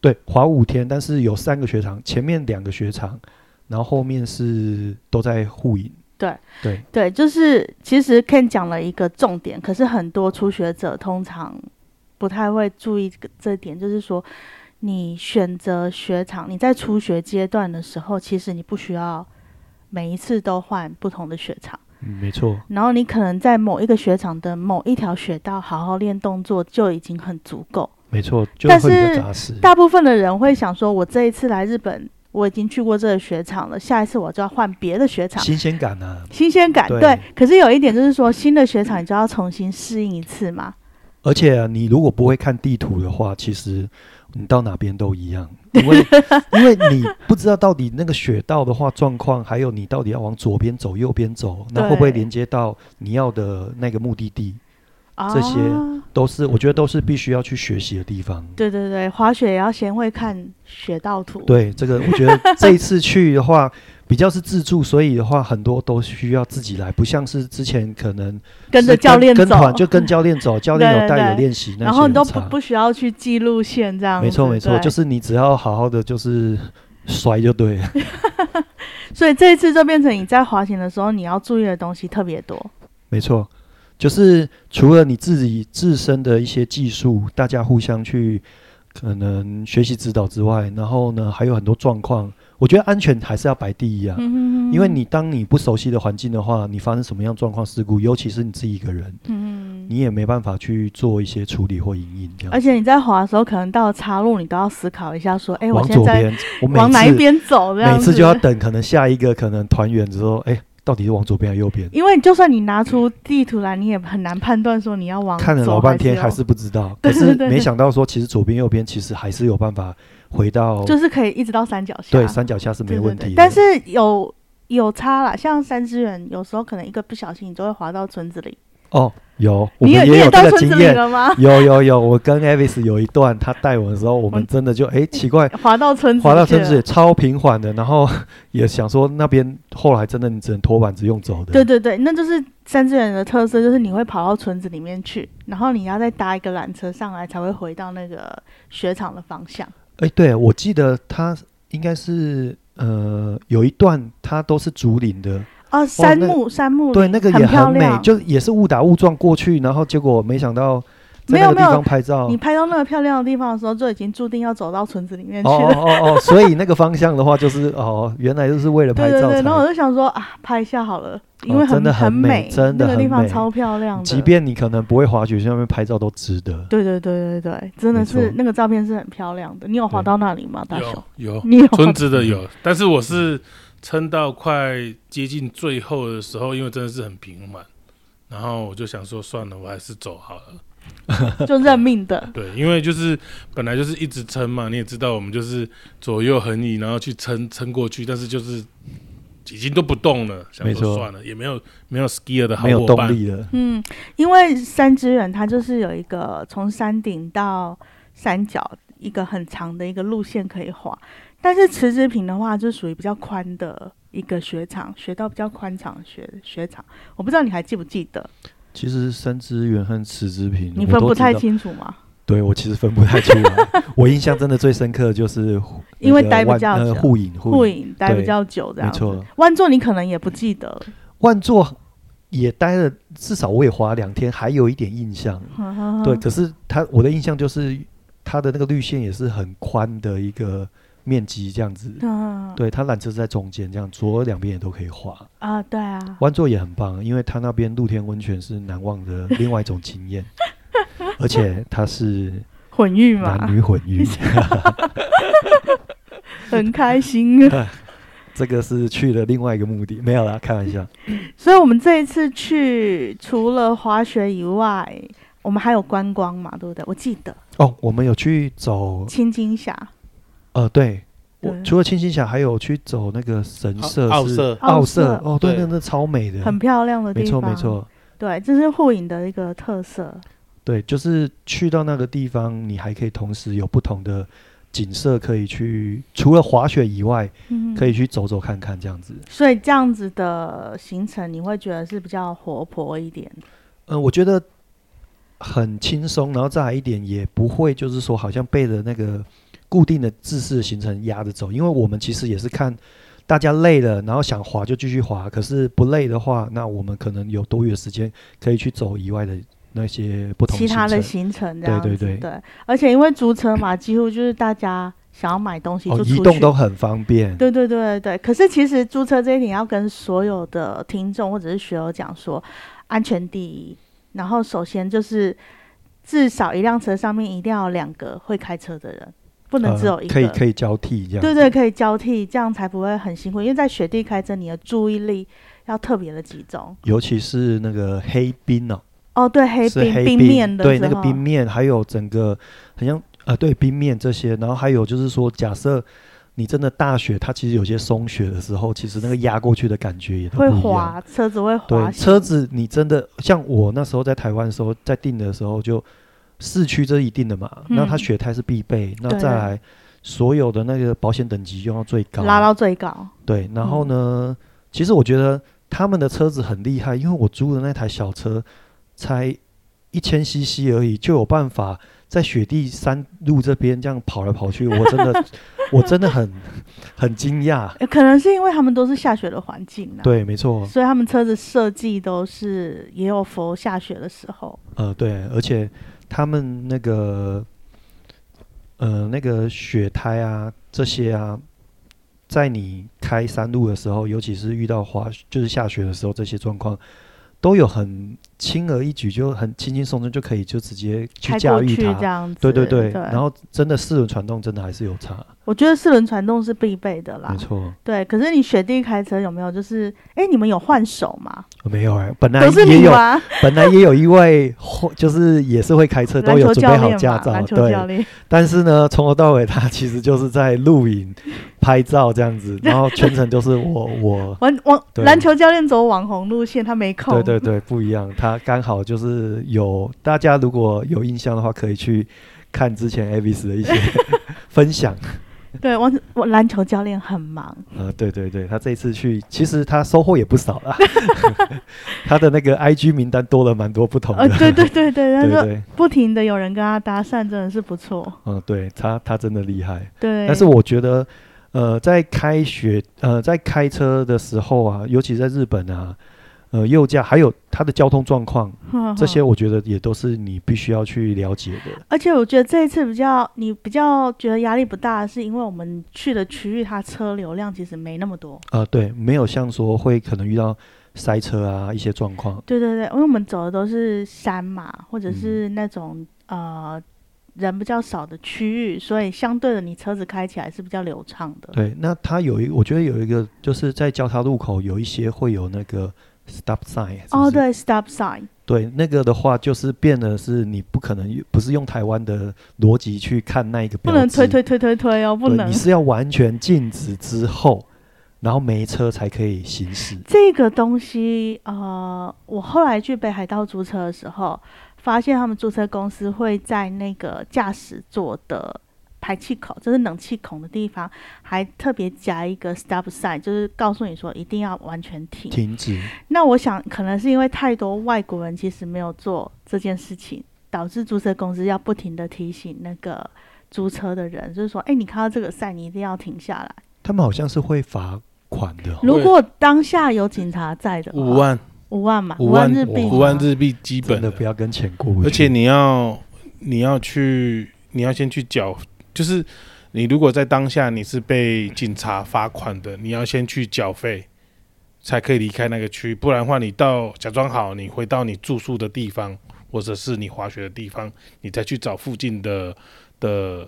B: 对，滑五天，但是有三个雪场，前面两个雪场，然后后面是都在互影。
A: 对
B: 对，
A: 对，就是其实 Ken 讲了一个重点，可是很多初学者通常不太会注意这个这点，就是说你选择雪场，你在初学阶段的时候，其实你不需要每一次都换不同的雪场，
B: 嗯，没错，
A: 然后你可能在某一个雪场的某一条雪道好好练动作就已经很足够。
B: 没错，就
A: 但
B: 会比较
A: 是
B: 扎实。
A: 大部分的人会想说，我这一次来日本，我已经去过这个雪场了，下一次我就要换别的雪场。
B: 新鲜感啊，
A: 新鲜感，
B: 对
A: 对。可是有一点就是说，新的雪场你就要重新适应一次嘛。
B: 而且、啊你如果不会看地图的话，其实你到哪边都一样，因为因为你不知道到底那个雪道的话状况，还有你到底要往左边走、右边走，那会不会
A: 对
B: 连接到你要的那个目的地，
A: 啊
B: 这些都是我觉得都是必须要去学习的地方。
A: 对对对，滑雪也要先会看雪道图。，
B: 对，这个我
A: (laughs)
B: 觉得这一次去的话，比较是自助，所以的话很多都需要自己来，不像是之前可能
A: 跟着
B: 是
A: 教练
B: 跟
A: 走，
B: 团就跟教练
A: (laughs)
B: 走，教练
A: 对
B: 有
A: 对
B: 带有
A: 对
B: 练习那些很
A: 然后你都不
B: 差
A: 不需要去记路线这样子。
B: 没错没错，
A: 对
B: 就是你只要好好的就是摔就对
A: (laughs)
B: 了。
A: 所以这一次就变成你在滑行的时候，你要注意的东西特别多。
B: 没错，就是除了你自己自身的一些技术，大家互相去可能学习指导之外，然后呢还有很多状况，我觉得安全还是要摆第一啊。
A: 嗯
B: (laughs) 因为你当你不熟悉的环境的话，你发生什么样状况事故，尤其是你自己一个人，
A: 嗯，
B: 你也没办法去做一些处理或隐隐这样。
A: 而且你在滑的时候，可能到岔路，你都要思考一下，说，哎，我
B: 往
A: 现
B: 左
A: 在
B: 边，我每
A: 往哪一
B: 次
A: 边走？这样
B: 每
A: 子
B: 次就要等，可能下一个可能团员之后，哎，到底是往左边还是右边？
A: 因为就算你拿出地图来，你也很难判断说你要往
B: 看了
A: 左
B: 老半天
A: 右
B: 还是不知道，
A: 对
B: 可是
A: 对对
B: 没想到说，其实左边右边其实还是有办法回到
A: 就是可以一直到山脚下，
B: 哦对山脚下是
A: 对
B: 没
A: 对
B: 问
A: 对
B: 题的。
A: 但是有有差啦，像三只远，有时候可能一个不小心，你就会滑到村子里。
B: 哦，有我
A: 你
B: 们
A: 也
B: 也有
A: 到
B: 这个
A: 村
B: 经
A: 子里
B: 验。
A: 了
B: (laughs)
A: 吗？
B: 有有有，我跟 Avis 有一段，他带我的时候，我们
A: 嗯
B: 真的就哎奇怪，
A: 滑到村子去了，
B: 滑到甚至也超平缓的，然后 (laughs) 也想说那边后来真的你只能拖板子用走的。
A: 对对对，那就是三只远的特色，就是你会跑到村子里面去，然后你要再搭一个缆车上来，才会回到那个雪场的方向。
B: 哎，对我记得它应该是呃有一段它都是竹林的，
A: 哦，杉
B: 那个
A: 木，杉木林，
B: 对，那个也
A: 很漂
B: 很美，
A: 亮。
B: 就也是误打误撞过去，然后结果没想到在
A: 没
B: 那
A: 有
B: 个地
A: 没有
B: 方拍照哦
A: 你。拍到那个漂亮的地方的时候，就已经注定要走到村子里面去
B: 哦
A: 了。
B: 哦哦哦，所以那个方向的话就是哦，原来就是为了
A: 对
B: 拍
A: 对
B: 照
A: 对，
B: 才
A: 然后我就想说啊，拍一下好了，因
B: 哦
A: 为
B: 真
A: 很、
B: 的很
A: 很
B: 美真
A: 那
B: 的
A: 个
B: 很
A: 地方
B: 美
A: 超漂亮的。
B: 即便你可能不会滑雪，去那边拍照都值得。
A: 对对对对对，真的
B: 没
A: 是
B: 错
A: 那个照片是很漂亮的。你有滑
B: 对
A: 到那里吗，大雄
C: 有？有
A: (laughs) 你有滑
C: 村子的有，但是我是撑到快接近最后的时候，因为真的是很平缓，然后我就想说算了，我还是走好了。
A: 就认命
C: (laughs)
A: 的。
C: 对，因为就是本来就是一直撑嘛，你也知道，我们就是左右横移，然后去撑撑过去，但是就是已经都不动了，想
B: 没
C: 说
B: 错
C: 算了，也没有没有 skier 的好
B: 没有
C: 伙
B: 动
C: 伴，
B: 力了，
A: 嗯，因为山之远它就是有一个从山顶到山脚一个很长的一个路线可以滑，但是池之平的话就属于比较宽的一个雪场，雪道比较宽敞的雪雪场。我不知道你还记不记得，
B: 其实三之源和池之平，
A: 你
B: 我
A: 分
B: 都
A: 不
B: 知
A: 太
B: 道，
A: 清楚吗？
B: 对我其实分不太清楚。
A: (laughs)
B: 我印象真的最深刻的就是
A: 因为
B: 那个
A: 待比
B: 万
A: 较
B: 呃
A: 久
B: 护影
A: 护
B: 护影，
A: 影待比
B: 对
A: 较久这
B: 没
A: 样子。
B: 错，
A: 万座你可能也不记得了，
B: 万座也待了，至少我也滑两天，还有一点印象。对，可是它我的印象就是它的那个绿线也是很宽的一个面积这样子。
A: 嗯，
B: 对，它缆车是在中间，这样左右两边也都可以滑。
A: (laughs) 啊，对啊，
B: 湾座也很棒，因为它那边露天温泉是难忘的另外一种经
A: (laughs)
B: 验，而且它是
A: 混浴
B: 男
A: 嘛，
B: 女
A: (laughs)
B: 混浴， (laughs)
A: 很开心。 (laughs)
B: 这个是去了另外一个目的，没有啦，开玩笑。
A: 所以我们这一次去，除了滑雪以外，我们还有观光嘛，对不对？我记得
B: 哦，我们有去走，
A: 青金峡，
B: 呃，对。我
A: 对
B: 除了清新峡，还有去走那个神
C: 奥
B: 社
C: 奥
B: 是
C: 社
A: 奥
B: 奥
A: 社
B: 社哦，对，
C: 对
B: 那那超美的，
A: 很漂亮的地
B: 没错
A: 方，
B: 没。错，
A: 对，这是护影的一个特色。
B: 对，就是去到那个地方，你还可以同时有不同的景色可以去，除了滑雪以外，
A: 嗯，
B: 可以。去走走看看这样子。
A: 所以这样子的行程，你会觉得是比较活泼一点。
B: 嗯，我觉得很轻松，然后再来一点也不会就是说好像被了那个固定的制式的行程压着走，因为我们其实也是看大家累了，然后想滑就继续滑，可是不累的话，那我们可能有多余的时间可以去走以外的那些不同
A: 其他的
B: 行程
A: 行程这
B: 对
A: 样子，
B: 对对
A: 而且因为租车嘛，几乎就是大家想要买东西就
B: 哦，
A: 出去，
B: 移动都很方便。
A: 对对对对。可是其实租车这一点要跟所有的听众或者是学友讲说，安全第一。然后首先就是至少一辆车上面一定要有两个会开车的人，不能只有一个。
B: 呃可以可以交替这样。
A: 对对，可以交替，这样才不会很辛苦。因为在雪地开车，你的注意力要特别的集中。
B: 尤其是那个黑冰哦，
A: 哦，对，黑
B: 是
A: 冰
B: 黑
A: 冰面的
B: 对
A: 时
B: 那个
A: 候
B: 冰面，还有整个好像呃，对冰面这些，然后还有就是说，假设你真的大雪，它其实有些松雪的时候，其实那个压过去的感觉也都不
A: 会
B: 一样。
A: 滑，车子会滑
B: 对，
A: 行。
B: 车子你真的像我那时候在台湾的时候，在订的时候就市区这一定的嘛，
A: 嗯
B: 那它雪胎是必备，那
A: 对
B: 再来所有的那个保险等级用到最高，
A: 拉到最高。
B: 对，然后呢，其实我觉得他们的车子很厉害，因为我租的那台小车才一千 CC 而已，就有办法在雪地山路这边这样跑来跑去，我真的我真的很很惊讶。
A: 呃可能是因为他们都是下雪的环境啊，
B: 对，没错，
A: 所以他们车子设计都是也有佛下雪的时候，
B: 呃，对，而且他们那个呃那个雪胎啊这些啊，在你开山路的时候，尤其是遇到滑就是下雪的时候，这些状况都有很轻而易举，就很轻轻松松就可以就直接去
A: 开
B: 驾
A: 过
B: 驭
A: 去这
B: 它。
A: 样子。
B: 对对
A: 对
B: 对，，然后真的四轮传动真的还是有差，
A: 我觉得四轮传动是必备的啦
B: 没。错，
A: 对，可是你雪地开车有没有就是，哎，你们有换手吗？
B: 哦没有哎、本来
A: 都是
B: 也
A: 你
B: 有，
A: 吗？
B: 本来也有一位会就是也是会
A: (laughs)
B: 开车，
A: 篮
B: 都有
A: 球
B: 准备
A: 教
B: 好
A: 练
B: 驾
A: 嘛，
B: 照
A: 篮，球
B: 对，
A: 教练，
B: 但是呢，从头到尾他其实就是在录影、拍照这样子，然后全程都是我
A: (laughs)
B: 我。
A: 网网
B: 对
A: 篮球教练走网红路线，他没空。
B: 对对对，不一样。他刚好就是有大家如果有印象的话，可以去看之前 Avis 的一些分享。
A: 对，我我篮球教练很忙，
B: 呃，对对对，他这一次去，其实他收获也不少啦。 (laughs) 他的那个 IG 名单多了蛮多不同的。
A: 呃，对对对
B: (laughs)
A: 对，但
B: 哦对
A: 是
B: 对，
A: 不停的有人跟他搭讪，真的是不错。
B: 嗯，对他他真的厉害。
A: 对， (laughs)
B: 但是我觉得，呃，在开学呃，在开车的时候啊，尤其在日本啊，呃，右驾还有它的交通状况，
A: 嗯
B: 这些我觉得也都是你必须要去了解的。
A: 而且我觉得这一次比较你比较觉得压力不大，是因为我们去的区域它车流量其实没那么多。
B: 呃，对，没有像说会可能遇到塞车啊一些状况。
A: 对对对，因为我们走的都是山嘛，或者是那种、呃人比较少的区域，所以相对的你车子开起来是比较流畅的。
B: 对，那它有一，我觉得有一个就是在交叉路口有一些会有那个 stop sign 是不
A: 哦，
B: 是
A: 对，stop sign，
B: 对，那个的话就是变得是你不可能不是用台湾的逻辑去看那一个标
A: 不
B: 志，
A: 能推推推推推哦，不
B: 对
A: 能
B: 你。是要完全禁止之后，然后没车才可以行
C: (laughs)
B: 驶。
A: 这个东西，呃，我后来去北海道租车的时候，发现他们租车公司会在那个驾驶座的排气口，就是冷气孔的地方，还特别加一个 stop sign，就是告诉你说一定要完全停。
B: 停止，
A: 那我想，可能是因为太多外国人其实没有做这件事情，导致租车公司要不停的提醒那个租车的人，就是说，哎，你看到这个 sign，你一定要停下来。
B: 他们好像是会罚款的哦、
A: 如果当下有警察在的话，
C: 五万
A: 五万嘛，
C: 五
A: 万
C: 万
A: 日币，
C: 五万，日币基
B: 真
C: 本
B: 的
C: 的，
B: 不要跟钱过不去。
C: 而且你要你要去你要先去缴，就是你如果在当下你是被警察罚款的，你要先去缴费。才可以离开那个区，不然的话，你到假装好，你回到你住宿的地方，或者是你滑雪的地方，你再去找附近的的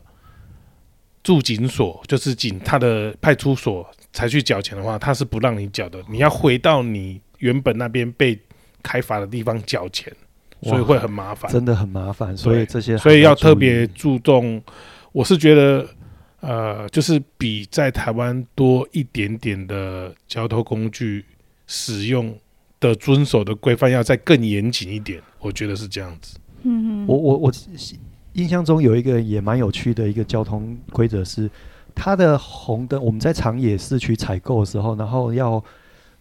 C: 驻警所，就是警他的派出所才去缴钱的话，他是不让你缴的，你要回到你原本那边被开罚的地方缴钱，
B: 哇
C: 所以会很麻烦。
B: 真的很麻烦，所以这些
C: 所以
B: 还
C: 要
B: 注
C: 特
B: 意
C: 别注重。我是觉得，呃，就是比在台湾多一点点的交通工具使用的遵守的规范要再更严谨一点，我觉得是这样子。
A: 嗯
B: 我
A: 哼，
B: 我我印象中有一个也蛮有趣的一个交通规则是，它的红灯我们在长野市区采购的时候，然后要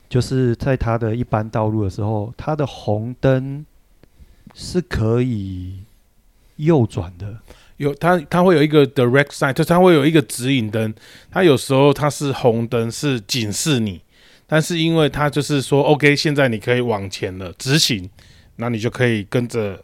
B: 就是在它的一般道路的时候，它的红灯是可以右转的，
C: 有它，它会有一个 direct sign，就是它会有一个指引灯。它有时候它是红灯，是警示你，但是因为它就是说，OK，现在你可以往前了，直行，那你就可以跟着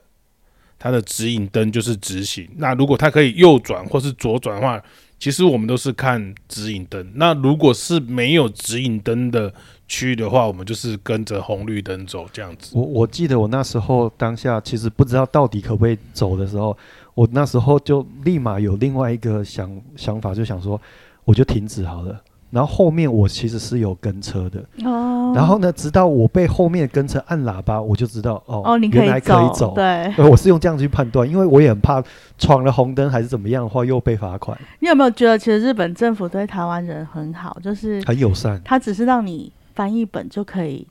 C: 它的指引灯就是直行。那如果它可以右转或是左转的话，其实我们都是看指引灯。那如果是没有指引灯的区域的话，我们就是跟着红绿灯走这样子。
B: 我我记得我那时候当下其实不知道到底可不可以走的时候，我那时候就立马有另外一个想想法，就想说我就停止好了。然后后面我其实是有跟车的，
A: 哦，
B: 然后呢，直到我被后面跟车按喇叭，我就知道哦，
A: 哦，你
B: 原来
A: 以
B: 可以
A: 走，对，
B: 呃我是用这样去判断，因为我也很怕闯了红灯还是怎么样的话又被罚款，
A: 你有没有觉得其实日本政府对台湾人很好，就是
B: 很友善。
A: 他只是让你翻译本就可以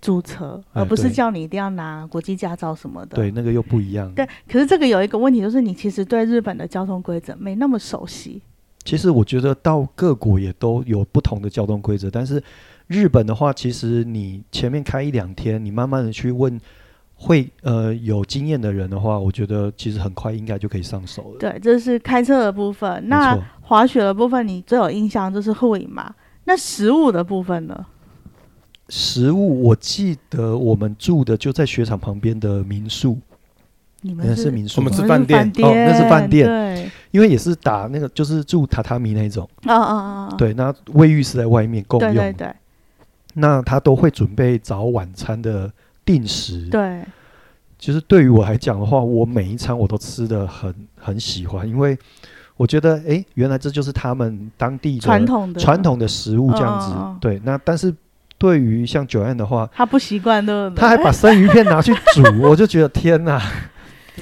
A: 租车，
B: 哎
A: 而不是
B: 对
A: 叫你一定要拿国际驾照什么的。
B: 对，那个又不一样。
A: 对，可是这个有一个问题，就是你其实对日本的交通规则没那么熟悉。
B: 其实我觉得到各国也都有不同的交通规则，但是日本的话，其实你前面开一两天，你慢慢的去问会呃有经验的人的话，我觉得其实很快应该就可以上手了。
A: 对，这是开车的部分。
B: 没
A: 那
B: 错，
A: 滑雪的部分，你最有印象就是护影嘛？那食物的部分呢？
B: 食物我记得我们住的就在雪场旁边的民宿，
A: 你们
B: 那
A: 是
B: 是民宿
C: 我
B: 吗，
C: 们是
A: 我
C: 饭店
B: 哦那是饭店
A: 对，
B: 因为也是打那个就是住榻榻米那一种，
A: 啊啊啊！啊，
B: 对，那卫浴是在外面共
A: 对
B: 用，
A: 对对
B: 那他都会准备早晚餐的定时，
A: 对，
B: 其实对于我来讲的话，我每一餐我都吃的很很喜欢，因为我觉得诶，原来这就是他们当地的
A: 传统的
B: 传，统的食物这样子。
A: 嗯嗯嗯
B: 对，那但是对于像九安的话，
A: 他不习惯，对不对？
B: 他还把生鱼片拿去煮，我就觉得
A: (laughs)
B: 天哪，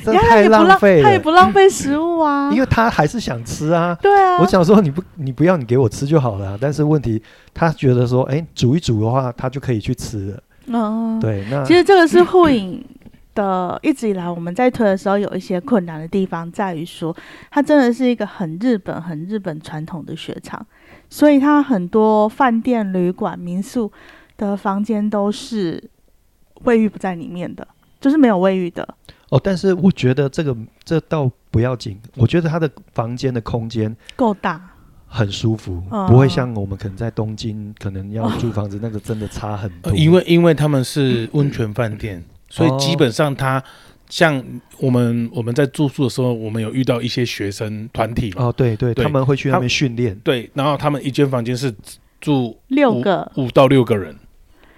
B: 真的太
A: 也不
B: 浪费
A: (laughs) 他也
B: 了，
A: 不浪费食物啊，
B: (laughs) 因为他还是想吃啊。
A: 对啊，
B: 我想说你不你不要你给我吃就好了啊、但是问题他觉得说，诶，煮一煮的话，他就可以去吃了。
A: 嗯，嗯，
B: 对，那
A: 其实这个是护影的，一直以来我们在推的时候有一些困难的地方，在于说它真的是一个很日本、很日本传统的雪场，所以它很多饭店、旅馆、民宿的房间都是卫浴不在里面的，就是没有卫浴的。
B: 哦，但是我觉得这个这倒不要紧，
A: 嗯
B: 我觉得他的房间的空间
A: 够大，
B: 很舒服，
A: 嗯
B: 不会像我们可能在东京可能要租房子那个真的差很多。
C: 呃因为因为他们
B: 嗯
C: 是温泉饭店，所
B: 哦
C: 以基本上他像我们我们在住宿的时候，我们有遇到一些学生团体嘛，
B: 哦，对对，
C: 对
B: 他们会去那边训练，
C: 对，然后他们一间房间是住
A: 六个
C: 五到六个人，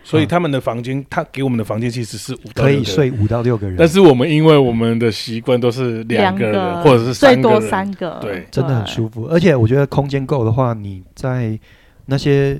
C: 所以
B: 嗯
C: 他们的房间，他给我们的房间其实是五到
B: 可
C: 六
B: 以
C: 个人。
B: 睡五到六个人，
C: 但是我们因为我们的习惯都是两个人或者是
A: 最
C: 三个
A: 多
C: 人，
A: 三个，
C: 对哎
B: 真的很舒服。而且我觉得空间够的话，你在那些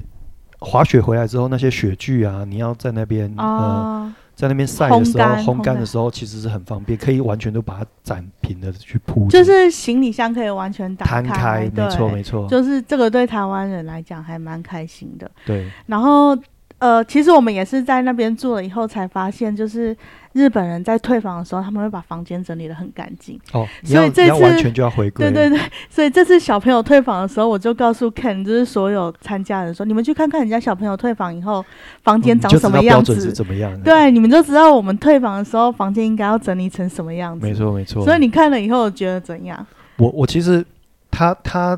B: 滑雪回来之后，那些雪具啊，你要在那边、呃，
A: 啊，
B: 在那边晒的时候，
A: 烘干
B: 烘
A: 烘干
B: 干的时候其实是很方便，可以完全都把它展平的去铺，
A: 就是行李箱可以完全打
B: 摊
A: 开，对
B: 没错没错，
A: 就是这个对台湾人来讲还蛮开心的。
B: 对，
A: 然后呃，其实我们也是在那边住了以后才发现，就是日本人在退房的时候，他们会把房间整理得很干净。
B: 哦，你
A: 所以
B: 要
A: 这
B: 你要完
A: 次
B: 全就要回归，
A: 对对对，所以这次小朋友退房的时候，我就告诉 Ken，就是所有参加人说，你们去看看人家小朋友退房以后房
B: 嗯，
A: 间
B: 你
A: 长
B: 就
A: 什
B: 知
A: 么
B: 道标
A: 样
B: 准是
A: 子。
B: 怎么样的，，
A: 对，你们就知道我们退房的时候房间应该要整理成什么样子。
B: 没。错没嗯错，
A: 所以你看了以后觉得怎样？
B: 我我其实他他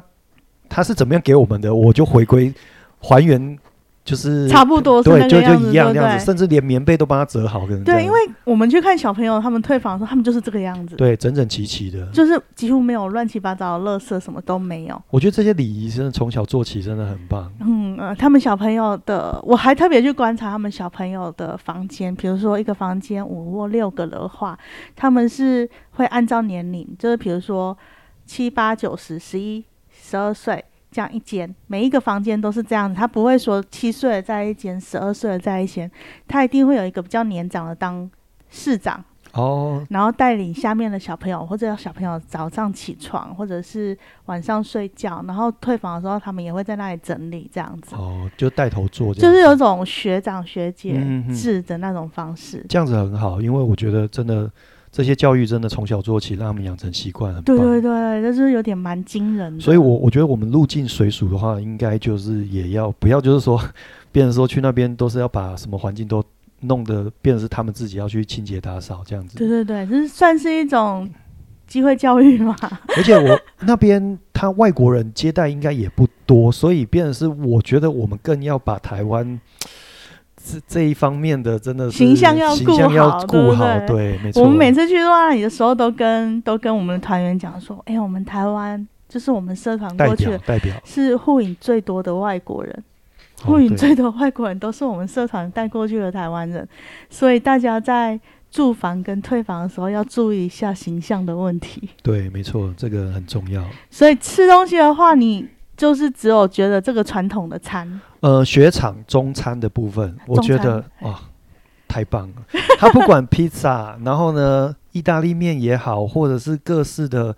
B: 他是怎么样给我们的，我就回归还原，就是
A: 差不多是
B: 对，
A: 那
B: 就
A: 个
B: 就
A: 样子，
B: 一样
A: 对
B: 这
A: 不
B: 样子，甚至连棉被都帮他折好，可能这
A: 对，
B: 样
A: 因为我们去看小朋友他们退房的时候，他们就是这个样子，
B: 对整整齐齐的。
A: 就是几乎没有乱七八糟的垃圾，什么都没有。
B: 我觉得这些礼仪真的从小做起真的很棒。
A: 嗯呃，他们小朋友的，我还特别去观察他们小朋友的房间，比如说一个房间五或六个的话，他们是会按照年龄，就是比如说七八九十十一十二岁这样一间，每一个房间都是这样子，他不会说七岁的在一间，十二岁的在一间，他一定会有一个比较年长的当市长，
B: 哦，
A: 然后带领下面的小朋友，或者让小朋友早上起床，或者是晚上睡觉，然后退房的时候，他们也会在那里整理这样子，
B: 哦，就带头做这
A: 就
B: 样，
A: 是有种学长学姐
B: 嗯哼
A: 制的那种方式。
B: 这样子很好，因为我觉得真的这些教育真的从小做起，让他们养成习惯，很棒。
A: 对对对，就是有点蛮惊人的。
B: 所以我，我觉得我们入境水属的话，应该就是也要不要，就是说，变成说去那边都是要把什么环境都弄得，变成是他们自己要去清洁打扫这样子。
A: 对对对，就是算是一种机会教育嘛。
B: 而且我那边他外国人接待应该也不多，所以变成是我觉得我们更要把台湾这这一方面的真的是
A: 形象要
B: 形
A: 顾
B: 象要
A: 好对
B: 顾
A: 不
B: 好，
A: 对
B: 对，没错。
A: 我们每次去到那里的时候，都跟都跟我们的团员讲说，哎、我们台湾就是我们社团
B: 代
A: 过去
B: 表
A: 的
B: 代表，
A: 是护影最多的外国人。
B: 哦
A: 护影
B: 对
A: 最多外国人都是我们社团带过去的台湾人，所以大家在住房跟退房的时候要注意一下形象的问题。
B: 对，没错，这个很重要。
A: 所以吃东西的话，你就是只有觉得这个传统的餐，
B: 呃，雪场中餐的部分，我
A: 中
B: 觉
A: 餐
B: 得哇、太棒了！ (laughs) 它不管披萨，然后呢，意大利面也好，或者是各式的，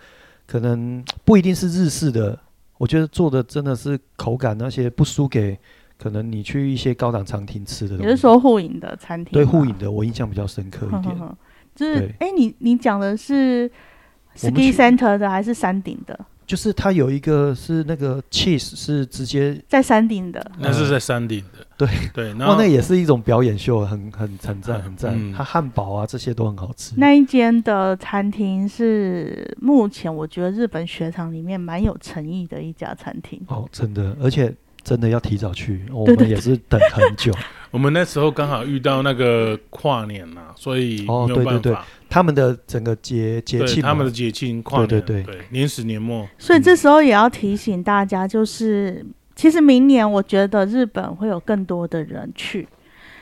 B: 可能不一定是日式的，我觉得做的真的是口感那些不输给可能你去一些高档餐厅吃的东
A: 也
B: 西。
A: 是说护影的餐厅，
B: 对
A: (laughs)
B: 护影，的，我印象比较深刻一
A: 哼哼 (laughs)
B: 点。
A: 哼就是
B: 对
A: 哎、你你讲的是
B: 我们去
A: ski center 的还是山顶的？
B: 就是它有一个是那个 cheese 是直接，
A: 在山顶的，
B: 嗯
C: 那是在山顶的，
B: 对
C: 对，然
B: 哇，
C: 后
B: 那也是一种表演秀，很很很赞很赞。
C: 嗯
B: 它汉堡啊这些都很好吃。
A: 那一间的餐厅是目前我觉得日本雪场里面蛮有诚意的一家餐厅。
B: 哦，真的，而且真的要提早去，我
A: 对
B: 们也是等很久。 (laughs)
C: 我们那时候刚好遇到那个跨年呐、所以
B: 哦
C: 没有办法。
B: 对他们的整个节节
C: 对
B: 庆嘛，
C: 他们的节庆跨年，
B: 对对
C: 对，年始年末，
A: 所以这时候也要提醒大家，就是其实明年我觉得日本会有更多的人去，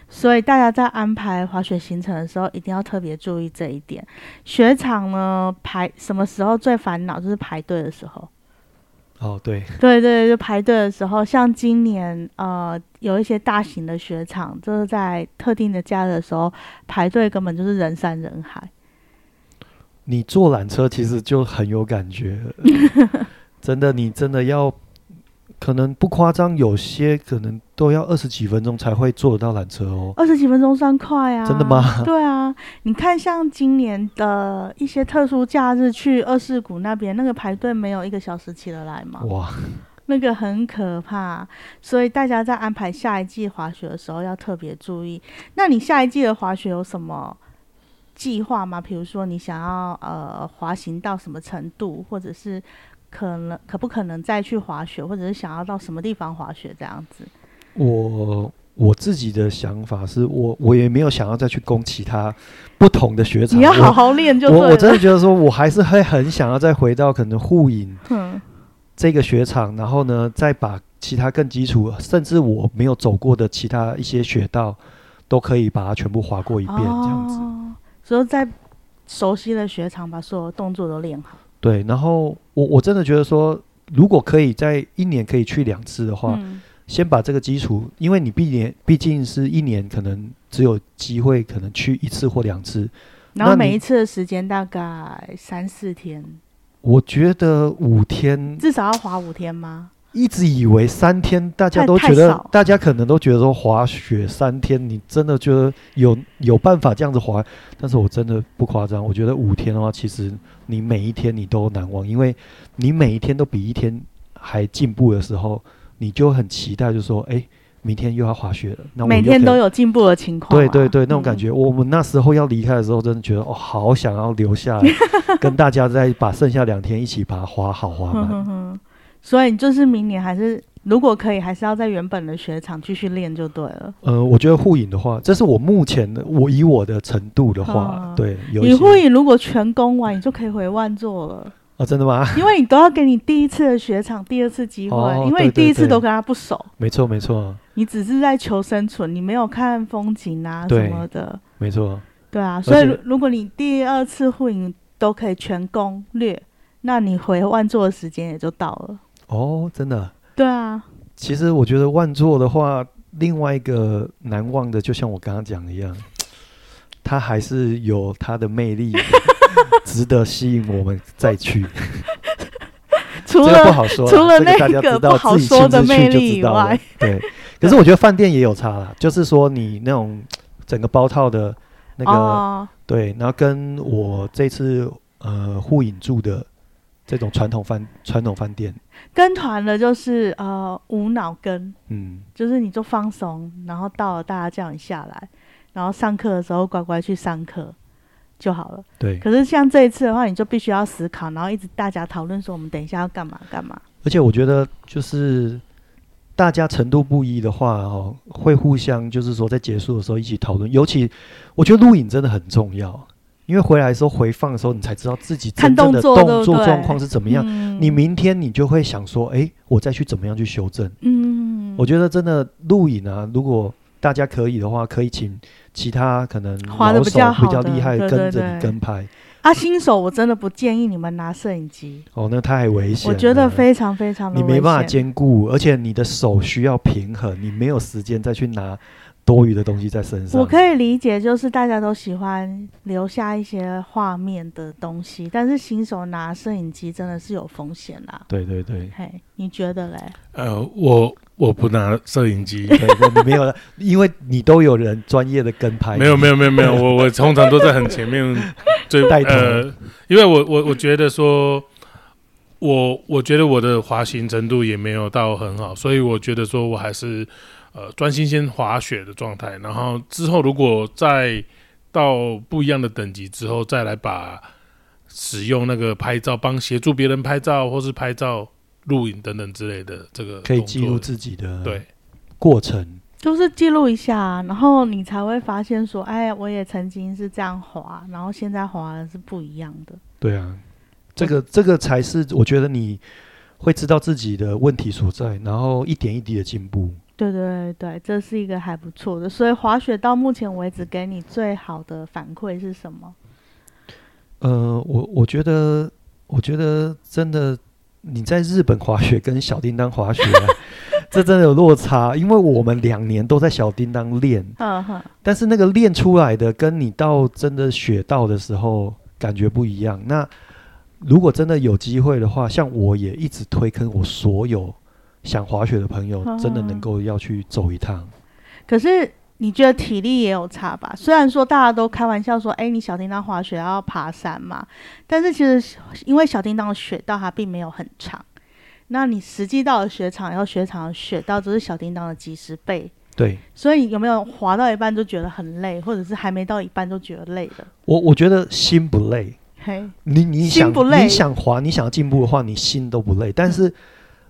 A: 所以大家在安排滑雪行程的时候一定要特别注意这一点。雪场呢排什么时候最烦恼就是排队的时候，
B: 哦，对，
A: 对对，就排队的时候，像今年呃有一些大型的雪场，就是在特定的假日的时候排队根本就是人山人海。
B: 你坐缆车其实就很有感
A: (laughs)
B: 觉，真的，你真的要，可能不夸张，有些可能都要二十几分钟才会坐得到缆车哦。
A: 二十几分钟算快啊！
B: 真的 (laughs) 吗？
A: 对啊，你看像今年的一些特殊假日去二世谷那边，那个排队没有一个小时起得来嘛，
B: 哇，
A: 那个很可怕。所以大家在安排下一季滑雪的时候要特别注意。那你下一季的滑雪有什么计划吗？比如说你想要呃滑行到什么程度，或者是可能可不可能再去滑雪，或者是想要到什么地方滑雪这样子？
B: 我我自己的想法是我我也没有想要再去攻其他不同的雪场，
A: 你要
B: 我
A: 好好练就对
B: 我
A: 了。
B: 我真的觉得说，我还是会很想要再回到可能护影。
A: 哼
B: 这个雪场，然后呢，再把其他更基础，甚至我没有走过的其他一些雪道，都可以把它全部划过一遍，这样子。
A: 哦，所以在熟悉的雪场把所有动作都练好。
B: 对，然后我我真的觉得说，如果可以在一年可以去两次的话，
A: 嗯，
B: 先把这个基础，因为你毕年毕竟是一年，可能只有机会可能去一次或两次。
A: 然后
B: 那
A: 每
B: 你
A: 一次的时间大概三四天，
B: 我觉得五天
A: 至少要滑五天吗？
B: 一直以为三天，大家
A: 太
B: 都
A: 太
B: 觉得
A: 少，
B: 大家可能都觉得说滑雪三天，你真的觉得
A: (laughs)
B: 有有办法这样子滑？但是我真的不夸张，我觉得五天的啊话，其实你每一天你都难忘，因为你每一天都比一天还进步的时候，你就很期待，就说，哎、明天又要滑雪了，那我
A: 每
B: 又
A: 天
B: 可以
A: 都有进步的情况啊、
B: 对对对，那
A: 嗯
B: 种感觉。我们那时候要离开的时候，真的觉得哦，好想要留下
A: (laughs)
B: 来，跟大家再把剩下两天一起把它滑好滑
A: 哼
B: 满。
A: 哼哼，嗯所以就是明年还是如果可以，还是要在原本的雪场继续练就对了。
B: 呃，我觉得护影的话，这是我目前的我以我的程度的话
A: 啊，
B: 对，有一
A: 你
B: 些
A: 护影如果全攻完，你就可以回万座了，
B: 啊，真的吗？ (laughs)
A: 因为你都要给你第一次的雪场第二次机会，
B: 哦
A: 因为你
B: 对对
A: 第一次
B: 对
A: 都跟他不熟，
B: 没错，没错，
A: 你只是在求生存，你没有看风景啊
B: 对
A: 什么的，
B: 没错。
A: 对啊。
B: 且
A: 所以如如果你第二次护影都可以全攻略，那你回万座的时间也就到了。
B: 哦，真的。
A: 对啊，
B: (laughs) 其实我觉得万座的话，另外一个难忘的，就像我刚刚讲的一样，它还是有它的
A: (laughs)
B: 魅力，值得吸引我们再去。
A: 除
B: 这个不
A: 了
B: 好说啦，
A: 除了
B: 这
A: 那
B: 大家
A: 个
B: 知
A: 不
B: 道
A: 好
B: 自己
A: 说
B: 亲
A: 的
B: 自
A: 魅
B: 去就
A: 力
B: 知
A: 以
B: 道了
A: 外。
B: 对，可是我觉得饭店也有差啦，就是说你那种整个包套的那个、
A: 哦，
B: 对，然后跟
A: 嗯
B: 我这次呃互引住的这种传统饭传统饭店，
A: 跟团的就是呃无脑跟，
B: 嗯，
A: 就是你就放松，然后到了大家叫你下来，然后上课的时候乖乖去上课就好了。
B: 对。
A: 可是像这一次的话，你就必须要思考，然后一直大家讨论说我们等一下要干嘛干嘛。
B: 而且我觉得就是大家程度不一的话，哦，会互相就是说在结束的时候一起讨论。尤其我觉得录影真的很重要，因为回来的时候回放的时候，你才知道自己
A: 看
B: 真正的
A: 动作对
B: 动
A: 不
B: 作
A: 对
B: 状况是怎么样。
A: 嗯
B: 你明天你就会想说，哎、我再去怎么样去修正？
A: 嗯，
B: 我觉得真的录影啊，如果大家可以的话，可以请其他可能
A: 滑得
B: 老
A: 比
B: 手
A: 较好
B: 比较
A: 的
B: 厉害，
A: 对
B: 跟
A: 对
B: 着
A: 对
B: 你跟拍。
A: 啊，新手我真的不建议你们拿摄影机，
B: 哦，那太危险
A: 我
B: 了。
A: 觉得非常非常的
B: 啊你没办法
A: 危险
B: 兼顾，而且你的手需要平衡，你没有时间再去拿多余的东西在身上。
A: 我可以理解，就是大家都喜欢留下一些画面的东西，但是新手拿摄影机真的是有风险啦、，
B: 对对对
A: 嘿，你觉得嘞？
C: 呃，我我不拿摄影机，
B: (laughs) 对对你没有了，因为你都有人专业的跟拍。
C: 没有没有没有
B: (laughs)
C: 没有，我我通常都在很前面最
B: 带头
C: 呃，因为我我我觉得说，我我觉得我的滑行程度也没有到很好，所以我觉得说我还是呃专心先滑雪的状态，然后之后如果再到不一样的等级之后，再来把使用那个拍照帮协助别人拍照或是拍照录影等等之类的这个
B: 可以
C: 动
B: 记录
C: 作
B: 自己的
C: 对。
B: 过程。
A: 就是记录一下啊，然后你才会发现说，哎，我也曾经是这样滑，然后现在滑的是不一样的。
B: 对啊，这个这个才是我觉得你会知道自己的问题所在，然后一点一滴的进步。
A: 对对对对，这是一个还不错的。所以滑雪到目前为止给你最好的反馈是什么？
B: 呃，我我觉得，我觉得真的，你在日本滑雪跟小叮当滑雪啊、 (laughs) 这真的有落差，因为我们两年都在小叮当练，
A: 嗯哼，
B: 但是那个练出来的跟你到真的雪道的时候感觉不一样。那如果真的有机会的话，像我也一直推坑我所有想滑雪的朋友，真的能够要去走一趟。
A: 可是你觉得体力也有差吧？虽然说大家都开玩笑说，哎、你小叮当滑雪要爬山嘛，但是其实因为小叮当的雪道它并没有很长，那你实际到了雪场，然后雪场的雪道只是小叮当的几十倍，
B: 对
A: 所以有没有滑到一半就觉得很累，或者是还没到一半就觉得累了？
B: 我，我觉得心不累，
A: 嘿，
B: 你你
A: 心
B: 想
A: 不累嗯
B: 你想滑，你想要进步的话，你心都不累，但是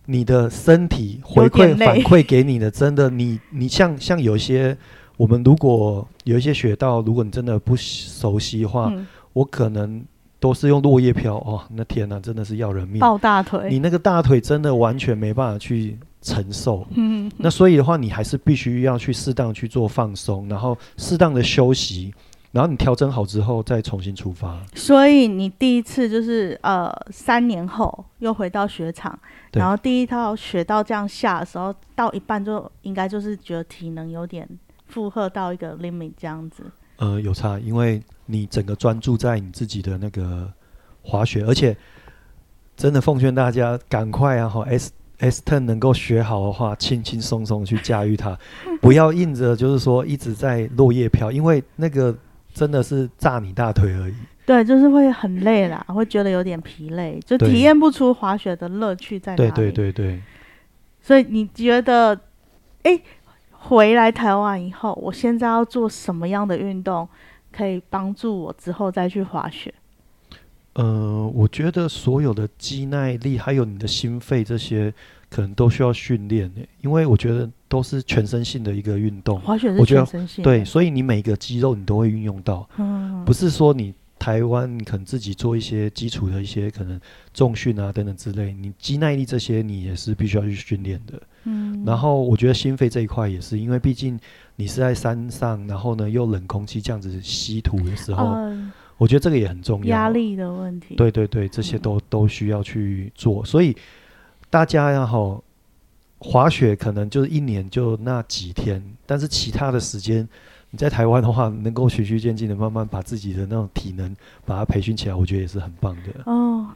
B: 你的身体
A: 有
B: 回
A: 点
B: 馈
A: 累
B: 反馈给你的，真的你你像像有一些我们如果有一些雪道，如果你真的不熟悉的话，
A: 嗯，
B: 我可能都是用落叶飘哦，那天呐、真的是要人命，
A: 抱大腿，
B: 你那个大腿真的完全没办法去承受。
A: 嗯，
B: 那所以的话，你还是必须要去适当去做放松，然后适当的休息，然后你调整好之后再重新出发。
A: 所以你第一次就是呃，三年后又回到雪场，
B: 对
A: 然后第一套雪道这样下的时候，到一半就应该就是觉得体能有点负荷到一个 limit 这样子。
B: 呃，有差，因为你整个专注在你自己的那个滑雪，而且真的奉劝大家赶快
A: (laughs)
B: 啊，哈 S S ten 能够学好的话，轻轻松松去驾驭它，不要硬着就是说一直在落叶飘，因为那个真的是炸你大腿而已。
A: 对，就是会很累啦，会觉得有点疲累，就
B: 对
A: 体验不出滑雪的乐趣在哪里。
B: 对对。对对，
A: 所以你觉得，哎、回来台湾以后，我现在要做什么样的运动，可以帮助我之后再去滑雪？
B: 呃，我觉得所有的肌耐力还有你的心肺这些，可能都需要训练诶，因为我觉得都是全身性的一个运动。
A: 滑雪是
B: 我觉得
A: 全身性。
B: 对，，所以你每个肌肉你都会运用到，
A: 嗯，
B: 不是说你台湾你可能自己做一些基础的一些可能重训啊等等之类，你肌耐力这些你也是必须要去训练的。
A: 嗯，
B: 然后我觉得心肺这一块也是，因为毕竟你是在山上，然后呢又冷空气这样子吸吐的时候，
A: 呃
B: 我觉得这个也很重要。
A: 压力的问题。
B: 对对对，
A: 嗯
B: 这些都都需要去做，所以大家要好滑雪可能就是一年就那几天，但是其他的时间你在台湾的话，能够循序渐进的慢慢把自己的那种体能把它培训起来，我觉得也是很棒的。
A: 哦，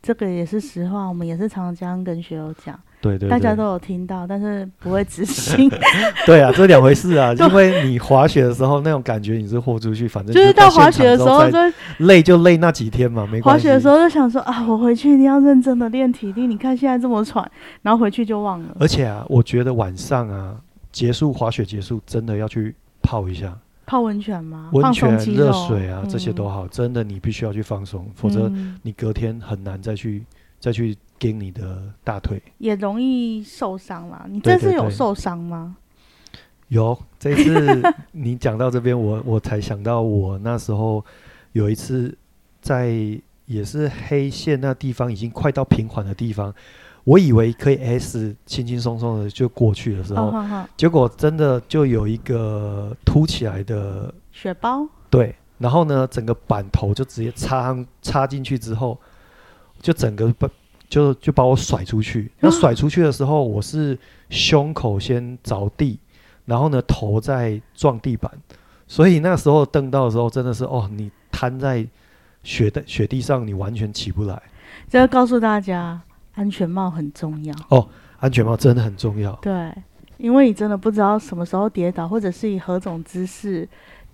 A: 这个也是实话，我们也是常常这样跟学友讲，
B: 对对对，
A: 大家都有听到，但是不会执行，
B: (laughs) 对啊，这两回事
A: (laughs)
B: 啊，因为你滑雪的时候那种感觉你是豁出去，反正
A: 就是
B: 到
A: 到滑雪的时候
B: 现场之后
A: 就
B: 再累就累那几天嘛，没关
A: 滑
B: 系。
A: 雪的时候就想说啊，我回去一定要认真的练体力，你看现在这么喘，然后回去就忘了。
B: 而且啊，我觉得晚上啊，结束滑雪结束真的要去泡一下。
A: 泡温泉吗？
B: 温
A: 啊放松
B: 泉、
A: 肌
B: 热
A: 肉
B: 水啊，这些都
A: 嗯
B: 好，真的你必须要去放松，否则
A: 嗯
B: 你隔天很难再去再去盯你的大腿。
A: 也容易受伤啦。你
B: 对
A: 这
B: 对
A: 次有
B: 对
A: 受伤吗？
B: 有这
A: (laughs)
B: 一次你讲到这边，我我才想到我那时候有一次在也是黑线那地方已经快到平缓的地方，我以为可以 S 轻轻松松的就过去的时
A: 哦
B: 候，
A: 哈哈，
B: 结果真的就有一个凸起来的
A: 雪包
B: 对，然后呢，整个板头就直接插上插进去之后，就整个把就就把我甩出去。
A: 啊
B: 那甩出去的时候，我是胸口先着地，然后呢头再撞地板，所以那时候蹬到的时候真的是哦，你瘫在雪的雪地上，你完全起不来。
A: 这要告诉大家，安全帽很重要。
B: 安全帽真的很重要。
A: 对，因为你真的不知道什么时候跌倒，或者是以何种姿势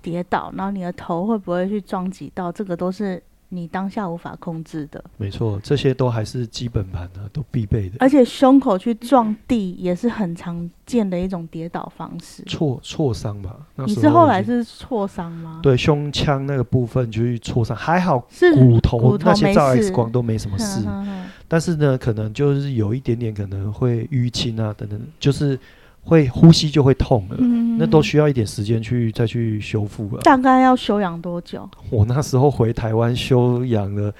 A: 跌倒，然后你的头会不会去撞击到，这个都是你当下无法控制的。
B: 没错，这些都还是基本盘啊，都必备的。
A: 而且胸口去撞地也是很常见的一种跌倒方式。
B: 挫挫伤吧，那
A: 你
B: 时
A: 是
B: 候
A: 后
B: 已
A: 来
B: 经
A: 是挫伤吗？，
B: 对胸腔那个部分就是挫伤，还好
A: 是
B: 骨头
A: 嗯骨头
B: 那些
A: 没
B: 照 X
A: 事嗯
B: 光都没什么
A: 哼
B: 事，
A: 哼哼
B: 但是呢，可能就是有一点点可能会淤青啊等等，就是会呼吸就会痛了，
A: 嗯
B: 那都需要一点时间去再去修复了。
A: 大概要休养多久？
B: (laughs) 我那时候回台湾休养了。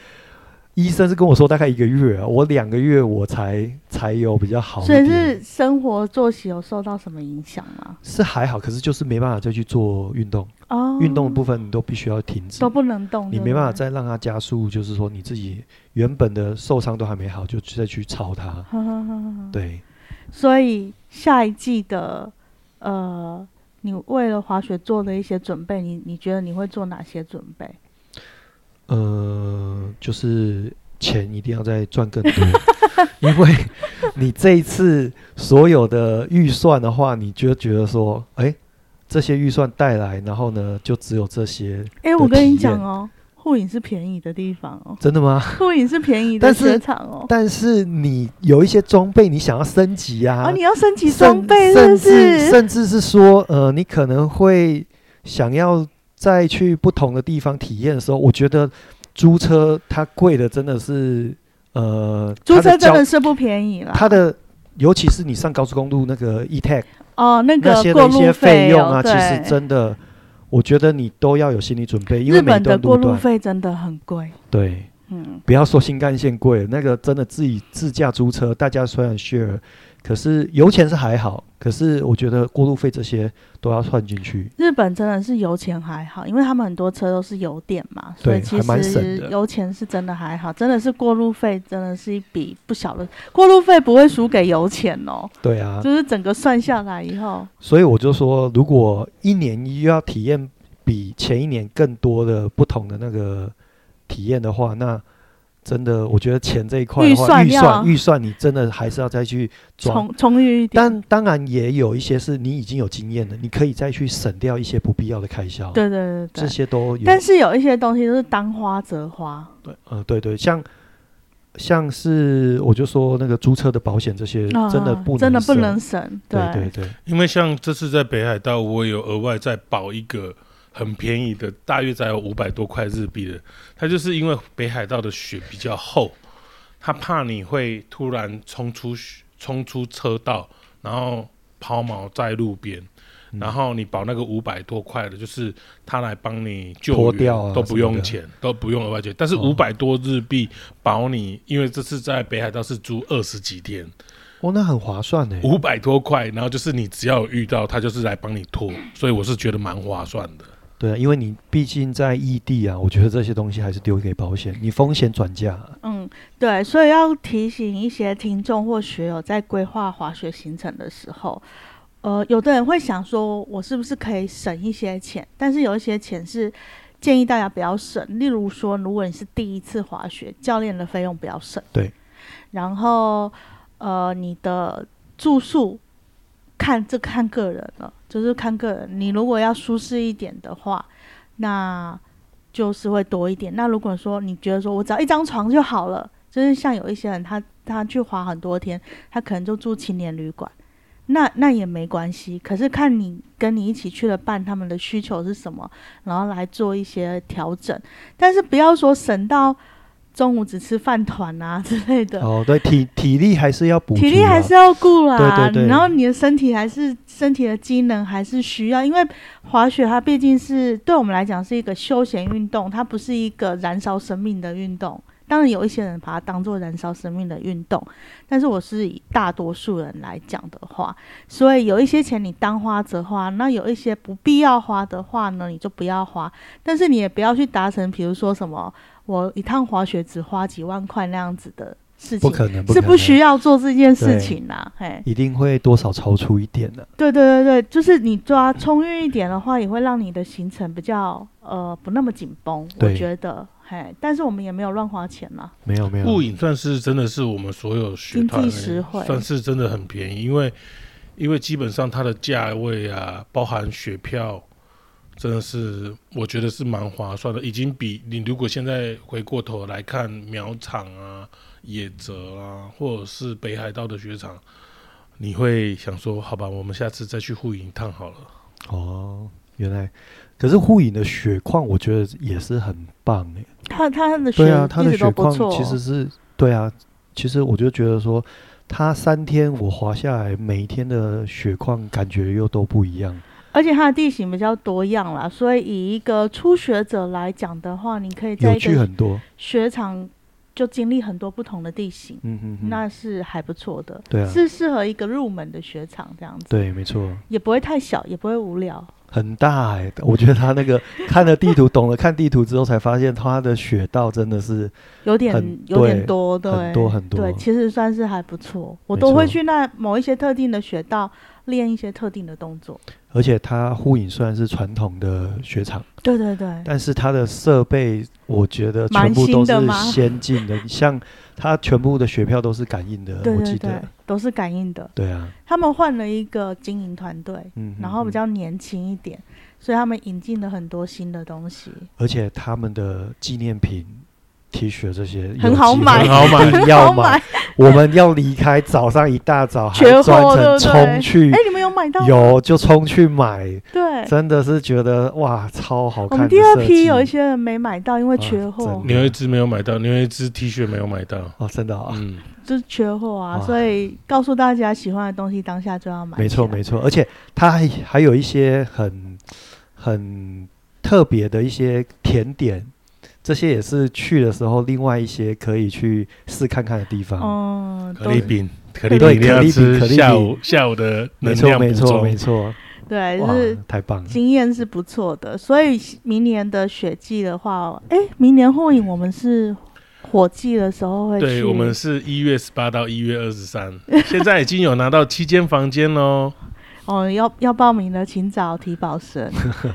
B: 医生是跟我说大概一个月啊，我两个月我才才有比较好一
A: 所以
B: 点，
A: 是生活作息有受到什么影响吗？
B: 是还好，可是就是没办法再去做运动，
A: 哦，
B: 运动的部分你都必须要停止
A: 都，不能动，
B: 你
A: 对
B: 没
A: 不
B: 办法
A: 对
B: 再让它加速，就是说你自己原本的受伤都还没好，就再去超它。
A: 哼哼哼哼哼
B: 对，
A: 所以下一季的呃，你为了滑雪做的一些准备，你你觉得你会做哪些准备？
B: 呃，就是钱一定要再赚更多， (laughs) 因为你这一次所有的预算的话，你就觉得说，哎、这些预算带来，然后呢，就只有这些，
A: 哎、我跟你讲哦，护影是便宜的地方哦，
B: 真的吗？ (laughs)
A: 护影是便宜的
B: 但是
A: 雪场哦。
B: 但是你有一些装备，你想要升级啊，
A: 哦，你要升级
B: 甚
A: 装备是
B: 甚
A: 不
B: 至
A: 是？
B: 甚至是说，呃，你可能会想要再去不同的地方体验的时候，我觉得租车它贵的真的是，呃，
A: 租
B: 它
A: 车真
B: 交
A: 的是啊不便宜啦，
B: 它的。尤其是你上高速公路那个 E tag
A: 哦那
B: 那
A: 个
B: 些
A: 过
B: 的一
A: 路
B: 些费用
A: 哦
B: 啊，其
A: 对
B: 实真的，我觉得你都要有心理准备，因为
A: 日
B: 每一
A: 本的
B: 段
A: 过
B: 路
A: 路
B: 段
A: 费真的很贵，
B: 对，
A: 嗯，
B: 不要说新干线贵，那个真的自己自驾租车，大家虽然 share，可是油钱是还好，可是我觉得过路费这些都要算进去。
A: 日本真的是油钱还好，因为他们很多车都是油电嘛，所以
B: 对
A: 其
B: 还蛮省
A: 实
B: 的
A: 油钱是真的还好，真的是过路费真的是一笔不小的，过路费不会输给油钱哦，
B: 对啊，
A: 就是整个算下来以后，
B: 所以我就说，如果一年又要体验比前一年更多的不同的那个体验的话，那真的我觉得钱这一块的话，
A: 预算
B: 预
A: 要
B: 算预算你真的还是要再去抓。
A: 充充裕一点。
B: 但当然也有一些是你已经有经验的，你可以再去省掉一些不必要的开销。，
A: 对对对
B: 这
A: 对。
B: 些都有。
A: 但是有一些东西就是当花则花，
B: 呃，对对，像像是我就说那个租车的保险这些，
A: 啊
B: 真的不能
A: 真的不
B: 省
A: 能。省。
B: 对对对，
C: 因为像这次在北海道，我有额外再保一个很便宜的，大约只有五百多块日币的。它就是因为北海道的雪比较厚，它怕你会突然冲出雪冲出车道，然后抛锚在路边。
B: 嗯
C: 然后你保那个五百多块的，就是他来帮你救
B: 脱
C: 援，
B: 掉啊
C: 都不
B: 什么
C: 用
B: 的
C: 钱，都不用额外钱。但是
B: 哦
C: 五百多日币保你，因为这次在北海道是租二十几天，
B: 哦，那很划算呢。
C: 五百多块，然后就是你只要有遇到他，就是来帮你拖，所以我是觉得蛮划算的。
B: 对啊，因为你毕竟在异地啊，我觉得这些东西还是丢给保险，你风险转嫁。
A: 嗯，对，所以要提醒一些听众或学友在规划滑雪行程的时候，呃，有的人会想说，我是不是可以省一些钱？但是有一些钱是建议大家不要省，例如说，如果你是第一次滑雪，教练的费用不要省。
B: 对。
A: 然后，呃，你的住宿看这看个人了，就是看个人。你如果要舒适一点的话，那就是会多一点。那如果说你觉得说我只要一张床就好了，就是像有一些人他他去滑很多天，他可能就住青年旅馆，那那也没关系。可是看你跟你一起去的伴他们的需求是什么，然后来做一些调整。但是不要说省到中午只吃饭团啊之类的，
B: 哦，对，体体力还是要补、足啊，
A: 体力还是要顾啦，
B: 对对对
A: 然后你的身体还是身体的机能还是需要，因为滑雪它毕竟是对我们来讲是一个休闲运动，它不是一个燃烧生命的运动。当然有一些人把它当做燃烧生命的运动，但是我是以大多数人来讲的话，所以有一些钱你当花则花，那有一些不必要花的话呢，你就不要花。但是你也不要去达成，比如说什么我一趟滑雪只花几万块那样子的事
B: 不
A: 情，
B: 可能，
A: 是
B: 不
A: 不需
B: 要，
A: 要做这件事
B: 对
A: 情啦。嘿，
B: 一定会多少超出一点的、
A: 对对对对，就是你抓
B: 嗯
A: 充裕一点的话，也会让你的行程比较呃不那么紧绷，我
B: 对
A: 觉得。嘿，但是我们也没有乱花钱啦。
B: 没有没有，
C: 雾影算是真的是我们所有学团
A: 经济实惠
C: 算是真的很便宜，因为因为基本上它的价位啊，包含雪票，真的是我觉得是蛮划算的，已经比你如果现在回过头来看苗场啊、野泽啊，或者是北海道的雪场，你会想说，好吧，我们下次再去护影一趟好了。
B: 哦，原来，可是护影的雪况我觉得也是很棒诶。
A: 他他的学
B: 对啊，它
A: 一
B: 的
A: 直
B: 雪
A: 都不
B: 况
A: 错，
B: 其实是对啊，其实我就觉得说，它三天我滑下来，每一天的雪况感觉又都不一样。
A: 而且它的地形比较多样啦，所以以一个初学者来讲的话，你可以在
B: 有
A: 一
B: 趣
A: 个
B: 很多，
A: 雪场就经历很多不同的地形，
B: 嗯嗯嗯，
A: 那是还不错的，
B: 对啊，
A: 是适合一个入门的雪场这样子，
B: 对，没错，
A: 也不会太小，也不会无聊。
B: 很大哎、我觉得他那个看了地图，懂了看地图之后，才发现他的雪道真的是
A: 有点
B: 很
A: 有点
B: 对
A: 多，对，
B: 很多很多
A: 对，其实算是还不错。我
B: 没
A: 都会
B: 错
A: 去那某一些特定的雪道练一些特定的动作。
B: 而且它护影虽然是传统的雪场，
A: 对对对，
B: 但是它的设备我觉得
A: 蛮
B: 全部都
A: 新的
B: 是
A: 吗 (laughs)
B: 先进的，像它全部的雪票都是感应的，
A: 对
B: 我
A: 对
B: 记
A: 对
B: 得，，
A: 都是感应的。
B: 对啊，
A: 他们换了一个经营团队，
B: 嗯，
A: 然后比
B: 嗯，
A: 较年轻一点，所以他们引进了很多新的东
B: (laughs)
A: 西。
B: 而且他们的纪念品、T 恤这些
A: 很
B: 有
A: 好
B: 机会
A: 买
C: 很好
A: (laughs)
C: 买
B: 一定
A: 然
B: 要
A: 后买
B: 买，，我们要离开早上一大早还
A: 缺货对不对
B: 专程冲去
A: 哎，，你们有买到吗？
B: 有就冲去买。
A: 对，
B: 真的是觉得哇，超好
A: 我
B: 看
A: 们
B: 的设计。
A: 第二批有一些人没买到，因为
B: 啊
A: 缺货
B: 真，
C: 你有一只没有买到，你有一只 T 恤没有买到，
B: 哦，真的啊、
C: 嗯。
A: 就是缺货啊。
B: 哇
A: 所以告诉大家，喜欢的东西当下就要买起来。
B: (laughs) 没错没错，而且它还还有一些很很特别的一些甜点，这些也是去的时候另外一些可以去试看看的地方。
A: 哦，
C: 可
A: 都
C: 丽
A: 是
C: 饼，可丽
B: 对
C: 饼一定要
B: 可丽饼
C: 吃
B: 可丽饼
C: 下午下午的能
B: 没错，
C: 量补
B: 没错，没
C: 充。
B: 错，
A: 对，就
B: 哇
A: 是，
B: 太棒了！
A: 经验是不错的。所以明年的雪季的话，哎，明年后影我们是火季的时候会去，
C: 对我们是一月十八到一月二十
B: (laughs)
C: 三，现在已经有拿到七间房间喽。
A: 哦，要要报名的请找提保
C: (laughs)
A: 生，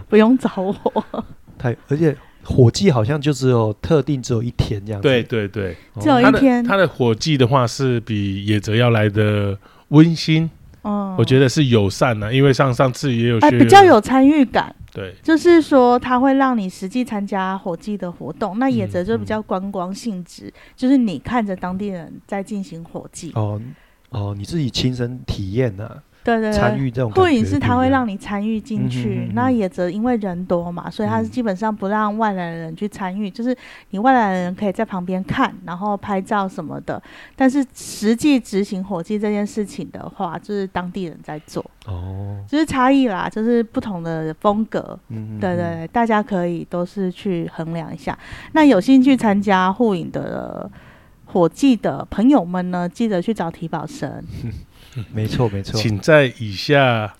A: 不用找我。
C: 哦
B: 太，而且火祭好像就只有特定只有一天这样子。
C: 对，对对，
B: 哦
A: 只有一
C: 他的
A: 天
C: 他的火计的话是比野泽要来的温馨，
B: 哦
A: 嗯，
C: 我觉得是友善的、因为上上次也有学
B: 啊
A: 哎、
C: 员、
A: 比较有参与感，
C: 对
A: 就是说它会让你实际参加火祭的活动。那
C: 嗯
A: 野泽就比较观光性质，就是你看着当地人在进行火祭，
B: 哦哦，你自己亲身体验呐、
A: 对对
B: 参
A: 对。
B: 与这种
A: 呃或影是它会让
B: 你
A: 你参与进
B: 嗯
A: 去
B: 嗯嗯，嗯
A: 那野泽因为人多嘛，所以它是
B: 嗯
A: 基本上不让外来人去参与，就是你外来人可以在旁边看，然后拍照什么的，但是实际执行火祭这件事情的话，就是当地人在做，
B: 哦，
A: 就是差异啦，就是不同的风格，
B: 嗯，嗯
A: 对对
B: 嗯
A: 对，大家可以都是去衡量一下。那有兴趣参加护影的伙计的朋友们呢，记得去找提保生。
B: 嗯没错没错。
C: 请在以
B: (laughs)
C: 下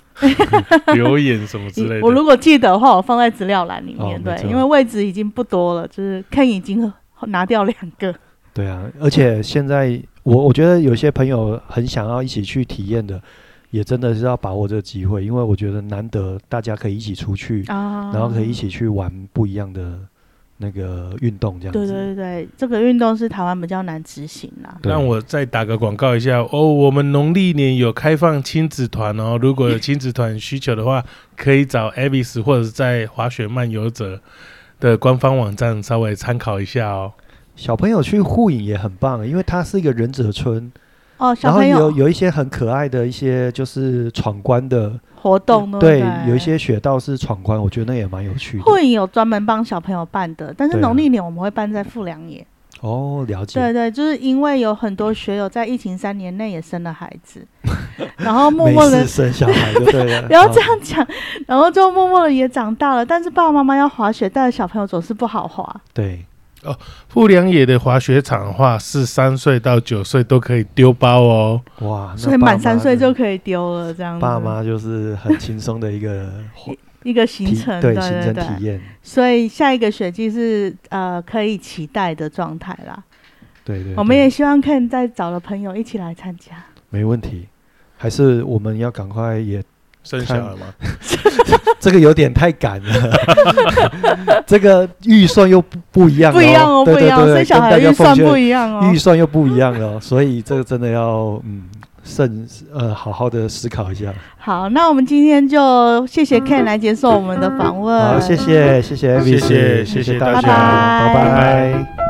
C: 留言什么之类
A: 我
C: 的。
A: 如果记得的话，我放在资料栏里面。
B: 哦
A: 对
B: 没，错
A: 因为位置已经不多了，就是看已经拿掉两个。
B: 对啊，而且现在我我觉得有些朋友很想要一起去体验的，也真的是要把握这个机会，因为我觉得难得大家可以一起出去，
A: 啊
B: 然后可以一。起去玩不一样的那个运动，这样
A: 对
B: 子。
A: 对对对，这个运动是台湾比较难执行啦。
B: 对
C: 让我再打个广告一下哦，我们农历年有开放亲子团哦，如果有亲子团需求的话，可以找 Avis 或者在滑雪漫游者的官方网站稍微参考一下哦。
B: 小朋友去护影也很棒，因为它是一个忍者村，
A: 哦，小
B: 然后
A: 朋
B: 有
A: 友
B: 有一些很可爱的一些就是闯关的，
A: 活动对不
B: 对，
A: 对
B: 有一些雪道是闯关，我觉得那也蛮有趣的。
A: 会有专门帮小朋友办的，但是
B: 对啊
A: 农历年我们会办在富良野。
B: 哦，了解。
A: 对对，就是因为有很多学友在疫情三年内也生了孩
B: (laughs)
A: 子，然后默
B: 没
A: 默的
B: 事生小
A: (laughs)
B: 孩就对了，
A: 不要这样讲，然后就默默的也长大了。但是爸爸妈妈要滑雪，带着小朋友总是不好
B: 啊
A: 滑。
B: 对，
C: 富良野的滑雪场的话，是三岁到九岁都可以丢包哦。
B: 哇，那
A: 所以
B: 爸
A: 满
B: 妈
A: 三岁
B: 真的
A: 就可以丢了，这样子。
B: 爸妈就是很轻松的
A: (laughs)
B: 一个
A: 一个行
B: 体
A: 程，
B: 对行
A: 对
B: 程
A: 对
B: 体验，
A: 所以下一个雪季是呃可以期待的状态啦。
B: 对对对
A: 我们也希望可以再找了朋友一起来参加。
B: 没问题。还是我们要赶快也，
C: 生小孩吗？
B: 这个有点太赶了，
A: (laughs)
B: (laughs) 这个预算又不不一样哦，
A: 不一样哦，
B: 对
A: 不一
B: 对
A: 样哦，
B: 对
A: 生
B: 对，
A: 小
B: 跟
A: 孩
B: 大家
A: 预
B: 奉
A: 算不
B: 劝，
A: 一样哦。
B: 预算又不一样了， (laughs) 所以这个真的要嗯慎呃好好的思考一下。
A: 好，那我们今天就谢谢 Ken 来接受我们的访问，
B: 好，谢。谢谢谢 Avis，
C: 谢谢谢
B: 谢
C: 谢
B: 大家，
C: 大
A: 家
B: 拜
A: 拜
B: 拜。